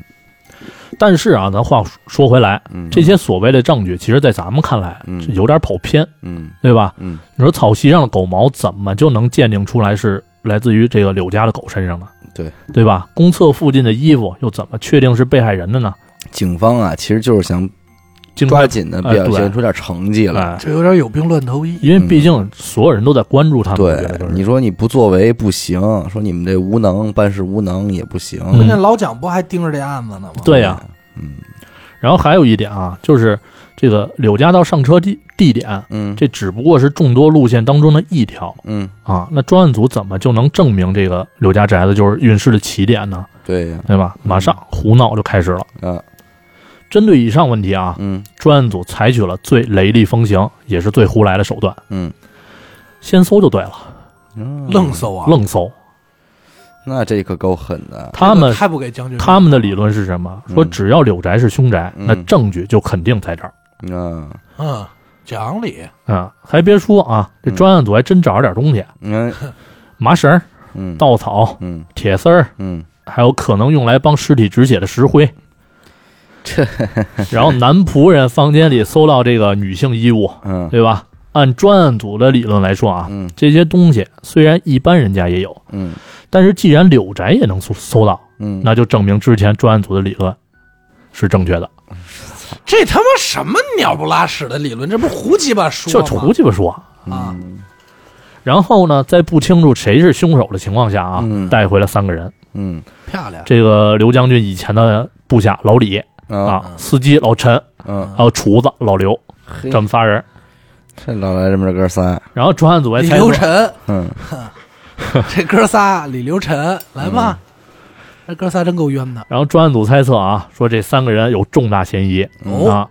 Speaker 3: 但是啊，咱话说回来，
Speaker 1: 嗯，
Speaker 3: 这些所谓的证据，其实在咱们看来
Speaker 1: 嗯
Speaker 3: 是有点跑偏，
Speaker 1: 嗯
Speaker 3: 对吧？
Speaker 1: 嗯
Speaker 3: 你说草席上的狗毛怎么就能鉴定出来是来自于这个柳家的狗身上呢？
Speaker 1: 对
Speaker 3: 对吧？公厕附近的衣服又怎么确定是被害人的呢？
Speaker 1: 警方啊，其实就是想
Speaker 3: 经
Speaker 1: 抓
Speaker 3: 过
Speaker 1: 紧的
Speaker 3: 哎
Speaker 1: 表
Speaker 3: 对
Speaker 1: 现出点成绩来。
Speaker 3: 哎，
Speaker 2: 这有点有病乱投医。
Speaker 3: 因为毕竟所有人都在关注他们，我
Speaker 1: 嗯对
Speaker 3: 觉得就，是
Speaker 1: 你说你不作为不行，说你们这无能办事无能也不行。
Speaker 3: 嗯
Speaker 2: 关键老蒋不还盯着这案子呢吗？
Speaker 3: 对呀、
Speaker 1: 嗯
Speaker 3: 然后还有一点啊，就是这个柳家到上车地地点，
Speaker 1: 嗯
Speaker 3: 这只不过是众多路线当中的一条
Speaker 1: 嗯，
Speaker 3: 啊。那专案组怎么就能证明这个柳家宅子就是运尸的起点呢？
Speaker 1: 对呀
Speaker 3: 对吧？马上胡闹就开始了。
Speaker 1: 啊
Speaker 3: 针对以上问题啊，
Speaker 1: 嗯
Speaker 3: 专案组采取了最雷厉风行，也是最胡来的手段，
Speaker 1: 嗯
Speaker 3: 先搜就对了，
Speaker 1: 嗯
Speaker 2: 愣搜啊，
Speaker 3: 愣搜。
Speaker 1: 那这可够狠的。
Speaker 3: 他们
Speaker 2: 太不给将军面子了，
Speaker 3: 他们的理论是什么？
Speaker 1: 嗯
Speaker 3: 说只要柳宅是凶宅，
Speaker 1: 嗯
Speaker 3: 那证据就肯定在这儿。
Speaker 1: 嗯
Speaker 2: 嗯讲理，
Speaker 3: 啊，还别说啊，这
Speaker 1: 嗯
Speaker 3: 专案组还真找着点东西，
Speaker 1: 嗯
Speaker 3: 麻绳儿、
Speaker 1: 嗯，
Speaker 3: 稻草、
Speaker 1: 嗯
Speaker 3: 铁丝儿，
Speaker 1: 嗯
Speaker 3: 还有可能用来帮尸体止血的石灰。
Speaker 1: 这，
Speaker 3: 然后男仆人房间里搜到这个女性衣物，
Speaker 1: 嗯
Speaker 3: 对吧？按专案组的理论来说啊，
Speaker 1: 嗯
Speaker 3: 这些东西虽然一般人家也有，
Speaker 1: 嗯
Speaker 3: 但是既然柳宅也能搜搜到，
Speaker 1: 嗯，
Speaker 3: 那就证明之前专案组的理论是正确的。
Speaker 2: 这他妈什么鸟不拉屎的理论？这不是胡鸡巴说
Speaker 3: 就嗯
Speaker 2: 吗
Speaker 3: 胡鸡巴说。
Speaker 2: 啊！
Speaker 3: 然后呢，在不清楚谁是凶手的情况下啊，
Speaker 1: 嗯
Speaker 3: 带回了三个人。
Speaker 1: 嗯
Speaker 2: 漂亮，
Speaker 3: 这个刘将军以前的部下老李，
Speaker 1: 啊，
Speaker 3: 啊，司机老陈，
Speaker 1: 嗯，
Speaker 3: 还有厨子老刘，
Speaker 1: 嘿
Speaker 3: 这么仨人。
Speaker 1: 这老来这么着哥仨，
Speaker 3: 然后专案组还
Speaker 2: 李
Speaker 3: 猜
Speaker 2: 刘
Speaker 3: 测，
Speaker 2: 晨，
Speaker 1: 嗯，
Speaker 2: 这哥仨，李刘晨，来吧，
Speaker 3: 嗯
Speaker 2: 这哥仨真够冤的。
Speaker 3: 然后专案组猜测啊，说这三个人有重大嫌疑
Speaker 2: 哦
Speaker 3: 啊，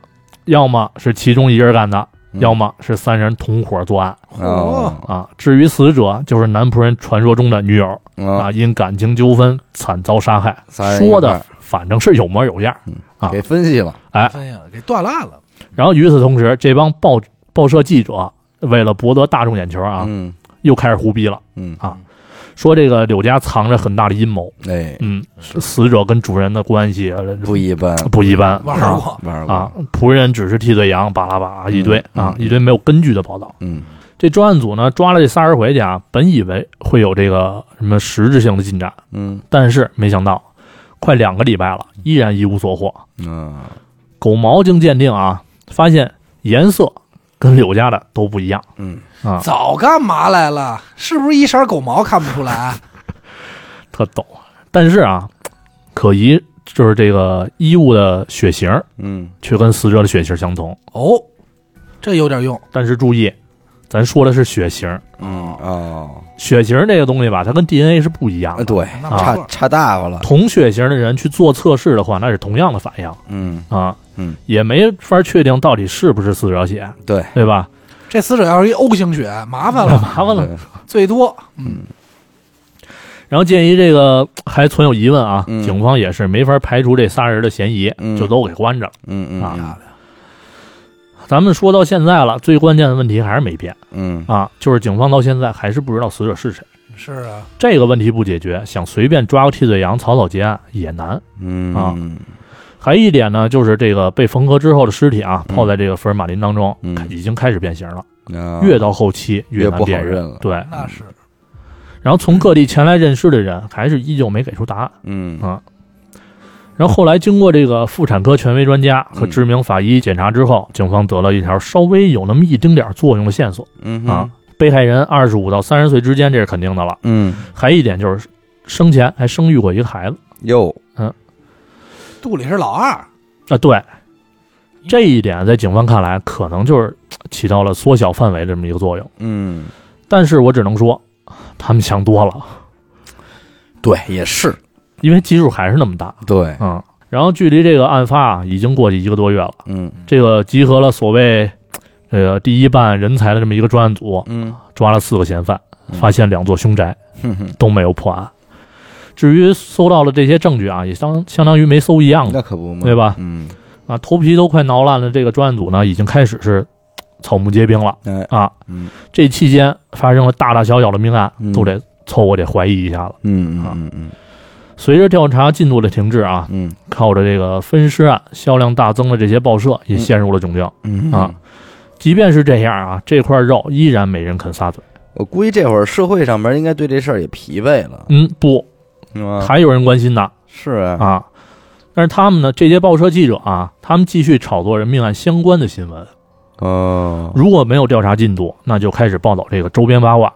Speaker 3: 要么是其中一人干的，
Speaker 1: 嗯
Speaker 3: 要么是三人同伙作案
Speaker 2: 哦，
Speaker 1: 哦，
Speaker 3: 啊。至于死者，就是南仆人传说中的女友
Speaker 1: 啊
Speaker 3: 啊，，因感情纠纷惨遭杀害，
Speaker 1: 仨人一
Speaker 3: 说
Speaker 1: 块
Speaker 3: 的
Speaker 1: 儿
Speaker 3: 反正是有模有样。啊
Speaker 1: 给分析了，
Speaker 2: 哎呀，给断烂了。
Speaker 3: 然后与此同时，这帮报报社记者为了博得大众眼球啊，
Speaker 1: 嗯
Speaker 3: 又开始胡逼了，
Speaker 1: 嗯，
Speaker 3: 说这个柳家藏着很大的阴谋。
Speaker 1: 哎，
Speaker 3: 嗯，死者跟主人的关系呃
Speaker 1: 不一般，
Speaker 3: 不一般，
Speaker 2: 玩
Speaker 3: 啊
Speaker 2: 过，
Speaker 1: 玩儿过
Speaker 3: 啊，，仆人只是替罪羊，巴拉巴拉一堆
Speaker 1: 嗯
Speaker 3: 啊，
Speaker 1: 嗯
Speaker 3: 一堆没有根据的报道。
Speaker 1: 嗯
Speaker 3: 这专案组呢抓了这仨人回去啊，本以为会有这个什么实质性的进展，
Speaker 1: 嗯
Speaker 3: 但是没想到，快两个礼拜了，依然一无所获。
Speaker 1: 嗯，
Speaker 3: 狗毛经鉴定啊，发现颜色跟柳家的都不一样
Speaker 1: 嗯
Speaker 3: 啊，
Speaker 2: 早干嘛来了？是不是一色狗毛看不出来？啊
Speaker 3: 特逗。但是啊，可疑就是这个衣物的血型儿
Speaker 1: 嗯
Speaker 3: 却跟死者的血型相同。
Speaker 2: <laughs> 哦，这有点用。
Speaker 3: 但是注意，咱说的是血型儿，
Speaker 1: 嗯，哦，
Speaker 3: 血型儿这个东西吧，它跟 DNA 是不一样
Speaker 1: 啊
Speaker 3: 的。
Speaker 1: 对，
Speaker 2: 那不
Speaker 1: 差
Speaker 2: 错，
Speaker 1: 差大发了，
Speaker 3: 同血型的人去做测试的话，那是同样的反应
Speaker 1: 嗯
Speaker 3: 啊，
Speaker 1: 嗯，
Speaker 3: 也没法确定到底是不是死者血，
Speaker 1: 对，
Speaker 3: 对吧？ <laughs>
Speaker 2: 这死者要是一 O 型血，麻烦了，
Speaker 3: 麻烦了。
Speaker 1: 对，
Speaker 2: 最多
Speaker 3: 然后鉴于这个还存有疑问啊，
Speaker 1: 嗯
Speaker 3: 警方也是没法排除这仨人的嫌疑，
Speaker 1: 嗯
Speaker 3: 就都给关着了。
Speaker 1: 嗯
Speaker 3: 啊
Speaker 1: 嗯
Speaker 2: 漂亮。
Speaker 3: 咱们说到现在了，最关键的问题还是没变
Speaker 1: 嗯
Speaker 3: 啊，就是警方到现在还是不知道死者是谁。
Speaker 2: 是啊，
Speaker 3: 这个问题不解决，想随便抓个替罪羊草草结案也难。
Speaker 1: 嗯
Speaker 3: 啊
Speaker 1: 嗯
Speaker 3: 还一点呢，就是这个被缝合之后的尸体啊，
Speaker 1: 嗯
Speaker 3: 泡在这个福尔马林当中，
Speaker 1: 嗯
Speaker 3: 已经开始变形了。
Speaker 1: 啊
Speaker 3: 越到后期
Speaker 1: 越
Speaker 3: 难
Speaker 1: 不
Speaker 3: 辨
Speaker 1: 好认了
Speaker 3: 对，
Speaker 2: 那是
Speaker 3: 然后从各地前来认尸的人还是依旧没给出答案。
Speaker 1: 嗯
Speaker 3: 啊然后后来经过这个妇产科权威专家和
Speaker 1: 嗯
Speaker 3: 知名法医检查之后，警方得了一条稍微有那么一丁点儿作用的线索
Speaker 1: 嗯哼
Speaker 3: 啊，被害人二十五到三十岁之间，这是肯定的了。
Speaker 1: 嗯
Speaker 3: 还一点就是，生前还生育过一个孩子
Speaker 1: 哟
Speaker 2: 肚里是老二，
Speaker 3: 啊，对。这一点在警方看来，可能就是呃起到了缩小范围的这么一个作用。
Speaker 1: 嗯。
Speaker 3: 但是我只能说，他们想多了，
Speaker 1: 对，也是
Speaker 3: 因为基数还是那么大。
Speaker 1: 对，
Speaker 3: 嗯，然后距离这个案发啊已经过去一个多月了，
Speaker 1: 嗯
Speaker 3: 这个集合了所谓这个第一办人才的这么一个专案组，
Speaker 1: 嗯，
Speaker 3: 抓了四个嫌犯，发现两座凶宅
Speaker 1: 哼哼，
Speaker 3: 都没有破案。至于搜到了这些证据啊，也相相当于没搜一样的
Speaker 1: 那可不嘛，
Speaker 3: 对吧
Speaker 1: 嗯，
Speaker 3: 啊，头皮都快挠烂了。这个专案组呢，已经开始是草木皆兵了
Speaker 1: 哎，
Speaker 3: 啊。
Speaker 1: 嗯
Speaker 3: 这期间发生了大大小小的命案
Speaker 1: 嗯，
Speaker 3: 都得凑合得怀疑一下了。
Speaker 1: 嗯
Speaker 3: 啊
Speaker 1: 嗯嗯
Speaker 3: 随着调查进度的停滞啊，
Speaker 1: 嗯
Speaker 3: 靠着这个分尸案销量大增的这些报社也陷入了窘境。
Speaker 1: 嗯
Speaker 3: 啊，即便是这样啊，这块肉依然没人肯撒嘴。
Speaker 1: 我估计这会儿社会上面应该对这事儿也疲惫了，
Speaker 3: 嗯，不，
Speaker 1: 是
Speaker 2: 啊
Speaker 1: 吗？
Speaker 3: 还有人关心呢
Speaker 1: 是啊，
Speaker 3: 啊。但是他们呢，这些报社记者啊，他们继续炒作人命案相关的新闻。
Speaker 1: 哦，
Speaker 3: 如果没有调查进度，那就开始报道这个周边八卦。
Speaker 2: 嗯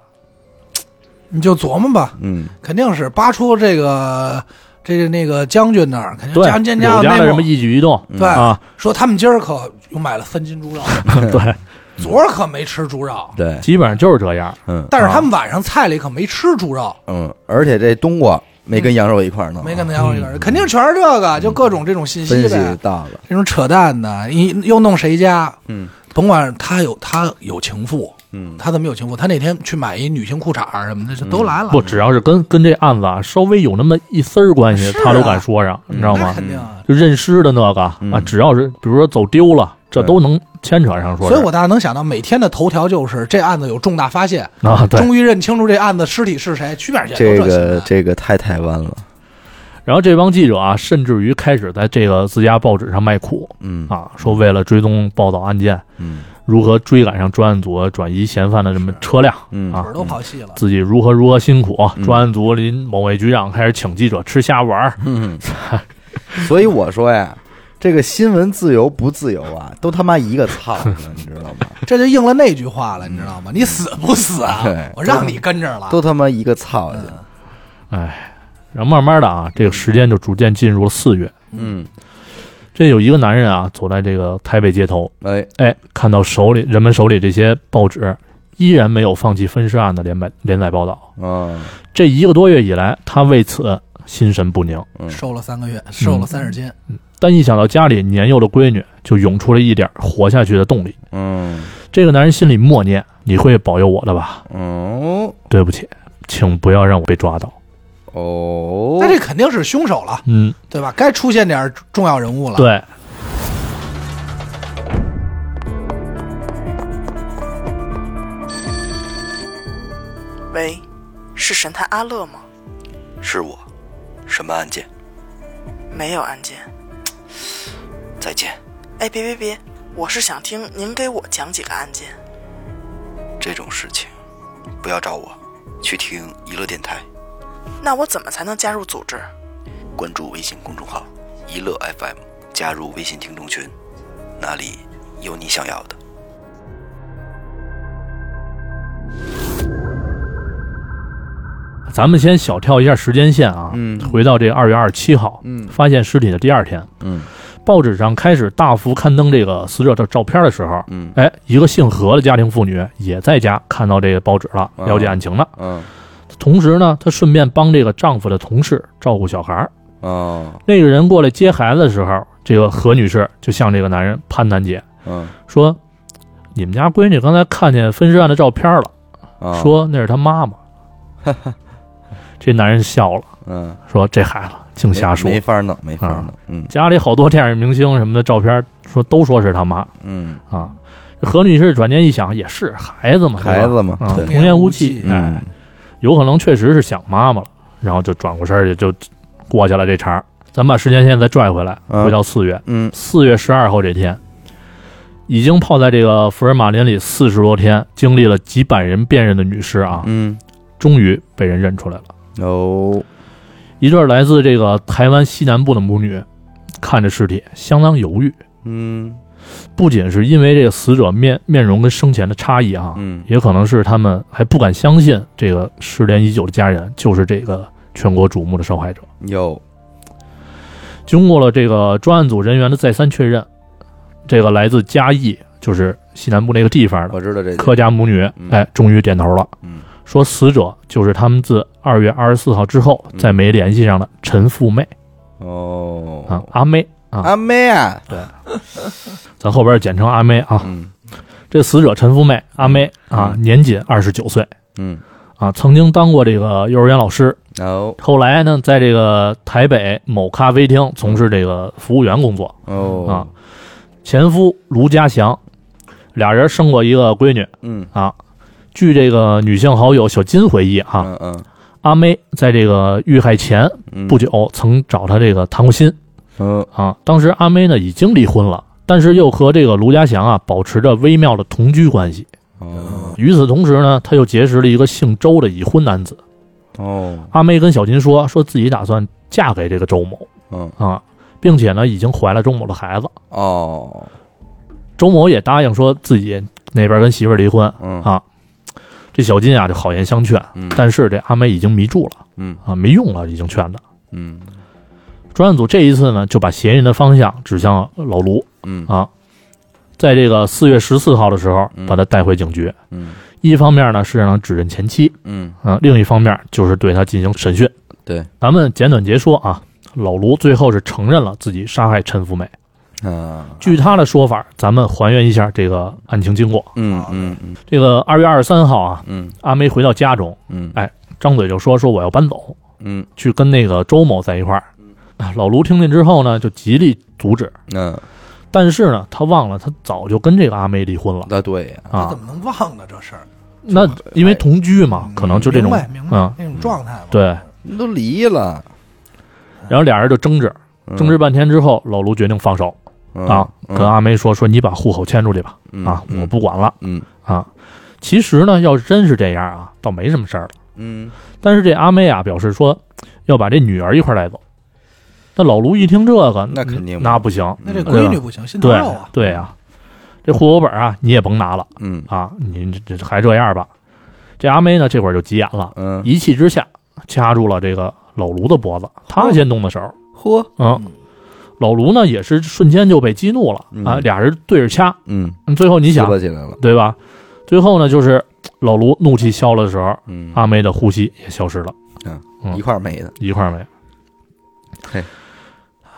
Speaker 2: 你就琢磨吧，
Speaker 1: 嗯
Speaker 2: 肯定是扒出这个这个那个将军那儿，肯定
Speaker 3: 对，
Speaker 2: 将军家
Speaker 3: 柳家的
Speaker 2: 内
Speaker 3: 什么
Speaker 2: 幕。
Speaker 3: 一举一动
Speaker 1: 嗯
Speaker 2: 对，
Speaker 3: 啊，
Speaker 2: 说他们今儿可又买了三斤猪肉，
Speaker 3: <laughs> 对，
Speaker 2: 昨儿可没吃猪肉，
Speaker 1: 对，
Speaker 3: 基本上就是这样。
Speaker 1: 嗯
Speaker 2: 但是他们晚上菜里可没吃猪肉，
Speaker 1: 嗯，而且这冬瓜没跟羊肉一块儿弄，啊
Speaker 2: 没跟他要一个人，肯定全是这个，就各种这种信息
Speaker 1: 嗯分析
Speaker 2: 呗，
Speaker 1: 到了，
Speaker 2: 这种扯淡的，你又弄谁家？
Speaker 1: 嗯
Speaker 2: 甭管他有他有情妇，
Speaker 1: 嗯
Speaker 2: 他怎么有情妇？他那天去买一女性裤衩儿什么的，这都来了，
Speaker 3: 不，只要是跟跟这案子啊稍微有那么一丝儿关系，
Speaker 2: 是啊
Speaker 3: 他都敢说上，你知道
Speaker 2: 那
Speaker 3: 吗？
Speaker 2: 肯定啊。
Speaker 3: 就认尸的那个啊
Speaker 1: 嗯，
Speaker 3: 只要是比如说走丢了，这
Speaker 1: 对
Speaker 3: 都能牵扯上说
Speaker 2: 所
Speaker 3: 是。
Speaker 2: 以我大家能想到，每天的头条就是这案子有重大发现，
Speaker 3: 啊，对，
Speaker 2: 终于认清楚这案子尸体是谁，去哪儿去？
Speaker 1: 这
Speaker 2: 都新
Speaker 1: 个
Speaker 2: 闻
Speaker 1: 这个太台湾了，
Speaker 3: 然后这帮记者啊，甚至于开始在这个自家报纸上卖苦
Speaker 1: 嗯
Speaker 3: 啊，说为了追踪报道案件，
Speaker 1: 嗯
Speaker 3: 如何追赶上专案组转移嫌犯的这么车辆，
Speaker 1: 嗯
Speaker 3: 啊
Speaker 2: 腿儿都跑细了。
Speaker 3: 自己如何如何辛苦。啊
Speaker 1: 嗯
Speaker 3: 专案组林某位局长开始请记者吃虾丸儿，
Speaker 1: 嗯，所以我说呀。这个新闻自由不自由啊，都他妈一个操的，你知道 <laughs> 吗？
Speaker 2: 这就应了那句话了，你知道吗？你死不死啊
Speaker 1: 嗯对？
Speaker 2: 我让你跟着了。
Speaker 1: 都他妈一个操去。
Speaker 3: 然后慢慢的啊，这个时间就逐渐进入了四月。
Speaker 1: 嗯
Speaker 3: 这有一个男人啊，走在这个台北街头，
Speaker 1: 哎，
Speaker 3: 哎，看到手里人们手里这些报纸，依然没有放弃分尸案的连载连载报道。
Speaker 1: 嗯，
Speaker 3: 这一个多月以来，他为此心神不宁。
Speaker 1: 嗯
Speaker 2: 瘦了三个月，瘦了三十斤，
Speaker 3: 但一想到家里年幼的闺女，就涌出了一点活下去的动力。
Speaker 1: 嗯，
Speaker 3: 这个男人心里默念：“你会保佑我的吧？
Speaker 1: 哦，
Speaker 3: 对不起，请不要让我被抓到。
Speaker 1: 哦，
Speaker 2: 那这肯定是凶手了”，
Speaker 3: 嗯，
Speaker 2: 对吧？该出现点重要人物了。，
Speaker 3: 对，
Speaker 4: 喂，是神探阿乐吗？
Speaker 5: 是我，什么案件？
Speaker 4: 没有案件。
Speaker 5: 再见，
Speaker 4: 哎，别别别，我是想听您给我讲几个案件。
Speaker 5: 这种事情不要找我，去听娱乐电台，
Speaker 4: 那我怎么才能加入组织？
Speaker 5: 关注微信公众号“娱乐 FM”，加入微信听众群，那里有你想要的。
Speaker 3: 咱们先小跳一下时间线啊，
Speaker 1: 嗯
Speaker 3: 回到这二月二十七号，
Speaker 1: 嗯
Speaker 3: 发现尸体的第二天，
Speaker 1: 嗯
Speaker 3: 报纸上开始大幅刊登这个死者的照片的时候，
Speaker 1: 嗯
Speaker 3: 哎，一个姓何的家庭妇女也在家看到这个报纸了，
Speaker 1: 啊
Speaker 3: 了解案情了。
Speaker 1: 嗯，
Speaker 3: 同时呢，她顺便帮这个丈夫的同事照顾小孩儿。
Speaker 1: 哦，
Speaker 3: 那个人过来接孩子的时候，这个何女士就向这个男人潘楠姐
Speaker 1: 嗯，
Speaker 3: 说：“你们家闺女刚才看见分尸案的照片了，
Speaker 1: 啊，
Speaker 3: 说那是她妈
Speaker 1: <laughs>
Speaker 3: 妈。”这男人笑了，
Speaker 1: 嗯，
Speaker 3: 说：“这孩子净瞎说
Speaker 1: 没，法弄，没法弄，嗯
Speaker 3: 家里好多电影明星什么的照片，说都说是他妈
Speaker 1: 嗯，
Speaker 3: 啊。”这何女士转念一想，也是孩子嘛，对吧
Speaker 1: 孩子嘛，
Speaker 3: 啊，
Speaker 1: 对，
Speaker 3: 童言无忌，哎
Speaker 1: 嗯，
Speaker 3: 有可能确实是想妈妈了，然后就转过身儿去就过去了这茬儿。咱把时间线再拽回来，
Speaker 1: 嗯
Speaker 3: 回到四月，
Speaker 1: 嗯
Speaker 3: 四月十二号这天，已经泡在这个福尔马林里四十多天，经历了几百人辨认的女尸啊，
Speaker 1: 嗯，
Speaker 3: 终于被人认出来了。
Speaker 1: 哦，
Speaker 3: 一对来自这个台湾西南部的母女，看着尸体相当犹豫，
Speaker 1: 嗯
Speaker 3: 不仅是因为这个死者面面容跟生前的差异啊，
Speaker 1: 嗯
Speaker 3: 也可能是他们还不敢相信这个失联已久的家人就是这个全国瞩目的受害者。
Speaker 1: 有，
Speaker 3: 经过了这个专案组人员的再三确认，这个来自嘉义，就是西南部那个地方的
Speaker 1: 我知道这
Speaker 3: 客家母女
Speaker 1: 嗯，
Speaker 3: 哎，终于点头了，
Speaker 1: 嗯
Speaker 3: 说死者就是他们自二月二十四号之后
Speaker 1: 嗯
Speaker 3: 再没联系上的陈富妹
Speaker 1: 哦
Speaker 3: 啊，阿妹啊，
Speaker 1: 阿妹啊，
Speaker 3: 咱后边简称阿妹啊。
Speaker 1: 嗯
Speaker 3: 这死者陈富妹，阿妹啊，年仅二十九岁
Speaker 1: 嗯，
Speaker 3: 啊，曾经当过这个幼儿园老师，
Speaker 1: 哦
Speaker 3: 后来呢，在这个台北某咖啡厅从事这个服务员工作。
Speaker 1: 哦
Speaker 3: 啊，前夫卢家祥，俩人生过一个闺女
Speaker 1: 嗯
Speaker 3: 啊。据这个女性好友小金回忆啊，
Speaker 1: 嗯嗯
Speaker 3: 阿妹在这个遇害前
Speaker 1: 嗯，
Speaker 3: 不久曾找他这个谈过心
Speaker 1: 嗯
Speaker 3: 啊。当时阿妹呢已经离婚了，但是又和这个卢家祥啊保持着微妙的同居关系。
Speaker 1: 哦
Speaker 3: 与此同时呢，他又结识了一个姓周的已婚男子。
Speaker 1: 哦
Speaker 3: 阿妹跟小金说，说自己打算嫁给这个周某
Speaker 1: 嗯
Speaker 3: 啊，并且呢已经怀了周某的孩子。
Speaker 1: 哦
Speaker 3: 周某也答应说自己那边跟媳妇儿离婚
Speaker 1: 嗯
Speaker 3: 啊。这小金啊就好言相劝，
Speaker 1: 嗯
Speaker 3: 但是这阿梅已经迷住了
Speaker 1: 嗯
Speaker 3: 啊，没用了，已经劝的。
Speaker 1: 嗯
Speaker 3: 专案组这一次呢，就把嫌疑人的方向指向老卢
Speaker 1: 嗯
Speaker 3: 啊，在这个四月十四号的时候
Speaker 1: 嗯
Speaker 3: 把他带回警局。
Speaker 1: 嗯
Speaker 3: 一方面呢是让他指认前妻，
Speaker 1: 嗯
Speaker 3: 啊，另一方面就是对他进行审讯。
Speaker 1: 对，
Speaker 3: 咱们简短截说啊，老卢最后是承认了自己杀害陈福美。
Speaker 1: 啊
Speaker 3: 据他的说法，咱们还原一下这个案情经过。
Speaker 1: 嗯嗯嗯
Speaker 3: 这个二月二十三号啊，
Speaker 1: 嗯
Speaker 3: 阿梅回到家中，
Speaker 1: 嗯
Speaker 3: 张嘴就说说我要搬走，
Speaker 1: 嗯
Speaker 3: 去跟那个周某在一块儿。老卢听见之后呢，就极力阻止，
Speaker 1: 嗯，
Speaker 3: 但是呢，他忘了他早就跟这个阿梅离婚了
Speaker 1: 那对呀，
Speaker 2: 他
Speaker 3: 啊
Speaker 2: 怎。么能忘呢这事儿？
Speaker 3: 那因为同居嘛，啊
Speaker 1: 嗯
Speaker 3: 可能就这种
Speaker 2: 明白明白
Speaker 3: 嗯，
Speaker 2: 那种状态嘛。
Speaker 3: 对。
Speaker 1: 都离了，
Speaker 3: 然后俩人就争执，
Speaker 1: 嗯
Speaker 3: 争执半天之后，老卢决定放手啊，
Speaker 1: 嗯
Speaker 3: 跟阿梅说说你把户口迁出去吧，啊，我不管了
Speaker 1: 嗯
Speaker 3: 啊。其实呢，要是真是这样啊，倒没什么事儿了。
Speaker 1: 嗯
Speaker 3: 但是这阿妹啊表示说要把这女儿一块儿带走。那老卢一听这个，
Speaker 1: 那肯定不嗯
Speaker 3: 那不行，
Speaker 2: 那这闺女不行，心头
Speaker 3: 对
Speaker 2: 肉啊。
Speaker 3: 对啊，这户口本啊你也甭拿了
Speaker 1: 嗯
Speaker 3: 啊，你这这还这样吧。这阿妹呢这会儿就急眼了，
Speaker 1: 嗯，
Speaker 3: 一气之下掐住了这个老卢的脖子，他先动的手。
Speaker 1: 嚯，
Speaker 3: 嗯，老卢呢也是瞬间就被激怒了
Speaker 1: 嗯
Speaker 3: 啊，俩人对着掐，
Speaker 1: 嗯，
Speaker 3: 最后你
Speaker 1: 你
Speaker 3: 想
Speaker 1: 吧起来了，
Speaker 3: 对吧？最后呢，就是老卢怒气消了的时候，
Speaker 1: 嗯，
Speaker 3: 阿梅的呼吸也消失了，嗯
Speaker 1: 一块儿没的，
Speaker 3: 一块儿没。
Speaker 1: 嘿，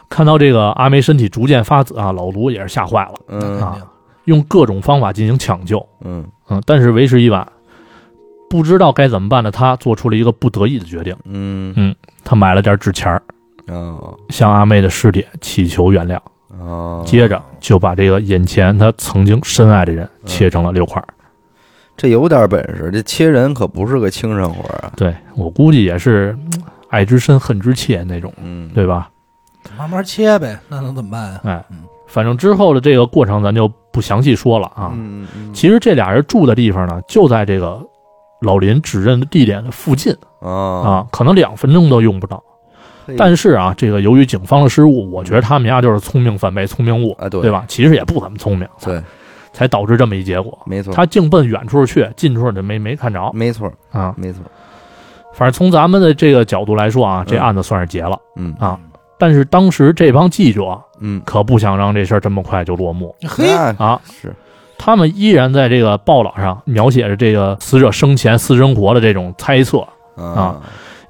Speaker 3: 看到这个阿梅身体逐渐发紫啊，老卢也是吓坏了，
Speaker 1: 嗯
Speaker 3: 啊用各种方法进行抢救，
Speaker 1: 嗯
Speaker 3: 嗯，但是为时已晚。不知道该怎么办的他，做出了一个不得已的决定，
Speaker 1: 嗯，
Speaker 3: 他买了点纸钱儿，
Speaker 1: 哦
Speaker 3: 向阿妹的尸体祈求原谅，
Speaker 1: 哦，
Speaker 3: 接着就把这个眼前他曾经深爱的人切成了六块儿。
Speaker 1: 这有点本事，这切人可不是个轻生活儿啊，
Speaker 3: 对我估计也是嗯爱之深恨之切那种，
Speaker 1: 嗯，
Speaker 3: 对吧？
Speaker 2: 慢慢切呗，那能怎么办呀？
Speaker 3: 哎
Speaker 2: 嗯，
Speaker 3: 反正之后的这个过程咱就不详细说了啊。
Speaker 1: 嗯，嗯嗯
Speaker 3: 其实这俩人住的地方呢，就在这个老林指认的地点的附近
Speaker 1: 哦，
Speaker 3: 啊，可能两分钟都用不到。
Speaker 1: 嘿
Speaker 3: 但是啊，这个由于警方的失误，我觉得他们家就是聪明反被聪明误
Speaker 1: 啊对
Speaker 3: 吧？其实也不怎么聪明，
Speaker 1: 对，
Speaker 3: 才导致这么一结果。
Speaker 1: 没错，
Speaker 3: 他净奔远处去，近处就没没看着
Speaker 1: 没错，
Speaker 3: 啊。
Speaker 1: 没错，
Speaker 3: 反正从咱们的这个角度来说啊，这
Speaker 1: 嗯
Speaker 3: 案子算是结了。
Speaker 1: 嗯
Speaker 3: 啊但是当时这帮记者
Speaker 1: 嗯，
Speaker 3: 可不想让这事儿这么快就落幕
Speaker 2: 嗯嘿，
Speaker 1: 那
Speaker 3: 啊，
Speaker 1: 是，
Speaker 3: 他们依然在这个报道上描写着这个死者生前私生活的这种猜测，
Speaker 1: 啊，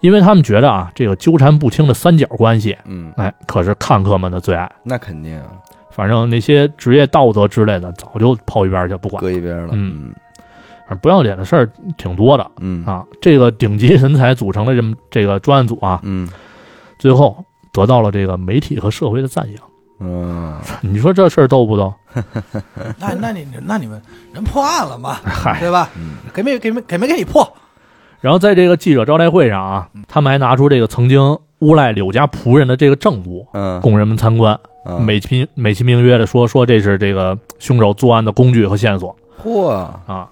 Speaker 3: 因为他们觉得啊，这个纠缠不清的三角关系，
Speaker 1: 嗯，
Speaker 3: 哎，可是看客们的最爱。
Speaker 1: 那肯定啊
Speaker 3: 反正那些职业道德之类的，早就抛一边儿去不管
Speaker 1: 搁。一边了，
Speaker 3: 嗯
Speaker 1: 嗯
Speaker 3: 反正不要脸的事儿挺多的
Speaker 1: 嗯
Speaker 3: 啊。这个顶级人才组成的这么这个专案组啊，
Speaker 1: 嗯
Speaker 3: 最后得到了这个媒体和社会的赞扬。
Speaker 1: 嗯，
Speaker 3: 你说这事儿逗不逗？
Speaker 2: 那那你那你们人破案了嘛，
Speaker 3: 嗨
Speaker 2: 对吧？
Speaker 1: 嗯
Speaker 2: 给没给没给没给你破？
Speaker 3: 然后在这个记者招待会上啊，他们还拿出这个曾经诬赖柳家仆人的这个证物
Speaker 1: 嗯，
Speaker 3: 供人们参观，
Speaker 1: 啊
Speaker 3: 美其美其名曰的说说这是这个凶手作案的工具和线索
Speaker 1: 嚯，
Speaker 3: 啊，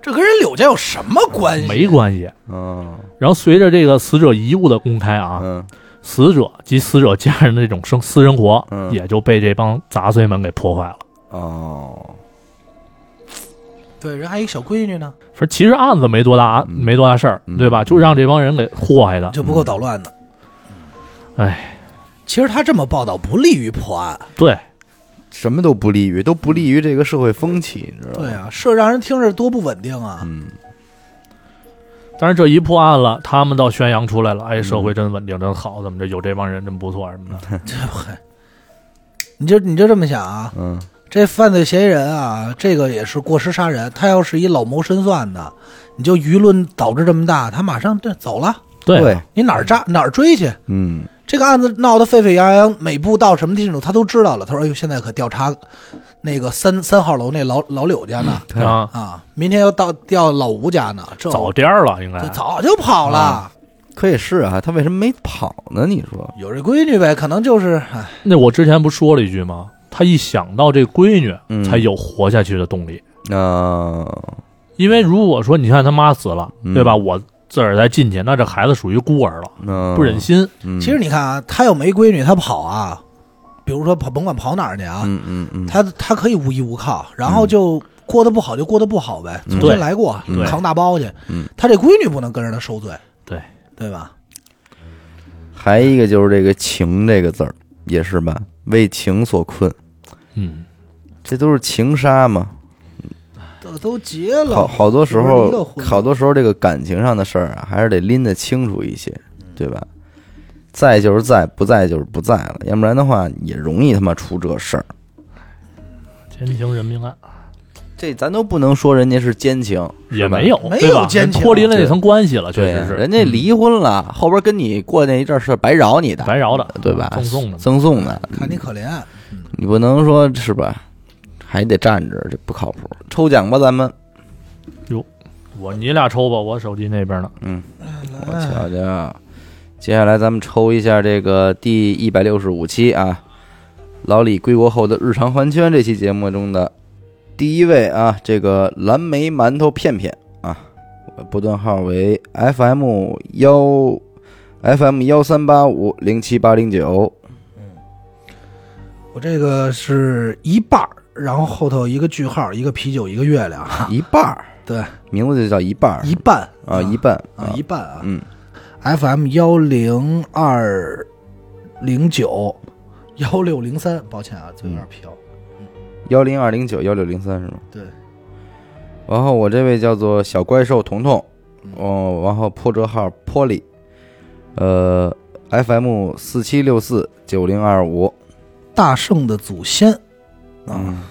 Speaker 2: 这跟人柳家有什么关系？
Speaker 3: 没关系。
Speaker 1: 嗯
Speaker 3: 然后随着这个死者遗物的公开啊，
Speaker 1: 嗯
Speaker 3: 死者及死者家人的这种生私生活
Speaker 1: 嗯
Speaker 3: 也就被这帮杂碎们给破坏了。
Speaker 1: 哦，
Speaker 2: 对，人还有一小闺女呢，
Speaker 3: 说其实案子没多大，
Speaker 1: 嗯
Speaker 3: 没多大事儿，
Speaker 1: 嗯
Speaker 3: 对吧？就让这帮人给祸害的。
Speaker 2: 就不够捣乱的。
Speaker 3: 嗯哎，
Speaker 2: 其实他这么报道不利于破案。
Speaker 3: 对，
Speaker 1: 什么都不利于，都不利于这个社会风气，你知道吗？
Speaker 2: 对啊，这让人听着多不稳定啊！
Speaker 1: 嗯
Speaker 3: 但是这一破案了，他们倒宣扬出来了，
Speaker 1: 嗯
Speaker 3: 哎，社会真稳定，真好，怎么着？有这帮人真不错什么的。
Speaker 2: 这不还，你就你就这么想啊？
Speaker 1: 嗯
Speaker 2: 这犯罪嫌疑人啊，这个也是过失杀人，他要是一老谋深算的，你就舆论导致这么大，他马上这走了，
Speaker 3: 对，啊
Speaker 2: 你哪儿扎哪儿追去？
Speaker 1: 嗯
Speaker 2: 这个案子闹得沸沸扬扬，每步到什么地步他都知道了。他说：“哎呦，现在可调查那个三三号楼那老老柳家呢，
Speaker 3: 啊，
Speaker 2: 啊，明天要到调老吴家呢，这
Speaker 3: 早颠儿了，应该
Speaker 2: 这早就跑了。
Speaker 1: 可也是啊，他为什么没跑呢？你说，
Speaker 2: 有这闺女呗，可能就是哎，
Speaker 3: 那我之前不说了一句吗？他一想到这闺女，
Speaker 1: 嗯
Speaker 3: 才有活下去的动力。
Speaker 1: 那
Speaker 3: 因为如果说你看他妈死了，
Speaker 1: 嗯
Speaker 3: 对吧？我自个儿再进去，那这孩子属于孤儿了，
Speaker 1: 那
Speaker 3: 不忍，心。
Speaker 1: 嗯
Speaker 2: 其实，你看啊，他要没闺女，他跑啊，比如说跑，甭管跑哪儿去啊，
Speaker 1: 嗯嗯嗯，
Speaker 2: 他他可以无依无靠，然后就过得不好就过得不好呗，重新来过，
Speaker 3: 对
Speaker 2: 扛大包去。
Speaker 1: 嗯
Speaker 2: 他这闺女不能跟着他受罪，
Speaker 3: 对
Speaker 2: 对吧？
Speaker 1: 还一个就是这个“情”这个字儿，也是吧，为情所困，
Speaker 3: 嗯，
Speaker 1: 这都是情杀嘛。
Speaker 2: 都都结了，
Speaker 1: 好好多时
Speaker 2: 有人离了
Speaker 1: 候，
Speaker 2: 婚
Speaker 1: 好多时候这个感情上的事儿啊，还是得拎得清楚一些，对吧？在就是在，不在就是不在了，要不然的话也容易他妈出这事儿。
Speaker 3: 奸情人命案
Speaker 1: 这咱都不能说人家是奸情，
Speaker 3: 也
Speaker 1: 是吧
Speaker 3: 没有，
Speaker 2: 没有
Speaker 3: 对吧？
Speaker 2: 奸情
Speaker 3: 脱离了那层关系了，确
Speaker 1: 啊对呀啊
Speaker 3: 实是。
Speaker 1: 人家
Speaker 3: 嗯
Speaker 1: 离婚了，后边跟你过那一阵儿是白饶你的，
Speaker 3: 白饶的，嗯
Speaker 1: 对吧？
Speaker 3: 赠送的。
Speaker 1: 赠送的，
Speaker 2: 看你可怜，
Speaker 1: 你不能说是吧？还得站着，这不靠谱。抽奖吧，咱们，
Speaker 3: 我你俩抽吧，我手机那边呢。
Speaker 1: 我
Speaker 2: 哎
Speaker 1: 瞧瞧。啊接下来咱们抽一下这个第一百六十五期啊，老李归国后的日常环圈这期节目中的第一位啊，这个蓝莓馒头片片啊，波段号为 FM 幺 FM 幺三八五零七八零九，
Speaker 2: 我这个是一半儿，然后后头一个句号，一个啤酒，一个月亮，
Speaker 1: 一半儿，
Speaker 2: 对，
Speaker 1: 名字就叫一半儿
Speaker 2: 一半
Speaker 1: 啊，一半
Speaker 2: 啊一半啊
Speaker 1: 嗯
Speaker 2: ，FM 幺零二零九。幺六零三，抱歉啊，嘴有点瓢。
Speaker 1: 嗯幺零二零九幺六零三是吗？
Speaker 2: 对。
Speaker 1: 然后我这位叫做小怪兽彤彤
Speaker 2: 嗯，
Speaker 1: 哦，然后破折号 Polly，呃，FM 四七六四九零二五，
Speaker 2: 大圣的祖先啊，
Speaker 1: 嗯，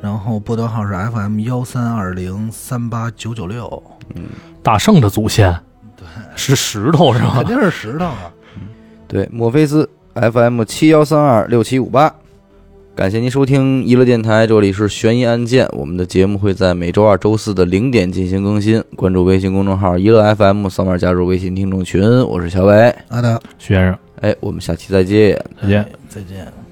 Speaker 2: 然后波段号是 FM 幺三二零三八九九六，
Speaker 1: 嗯
Speaker 3: 大圣的祖先，对，是石头是吧
Speaker 2: 肯？定是石头啊。
Speaker 1: 对，墨菲斯 FM 七幺三二六七五八。感谢您收听娱乐电台，这里是悬疑案件。我们的节目会在每周二、周四的零点进行更新。关注微信公众号“娱乐 FM”，扫码加入微信听众群。我是小伟，
Speaker 2: 好的，
Speaker 3: 徐先生，
Speaker 1: 哎，我们下期再见。
Speaker 3: 再见。
Speaker 2: 再见。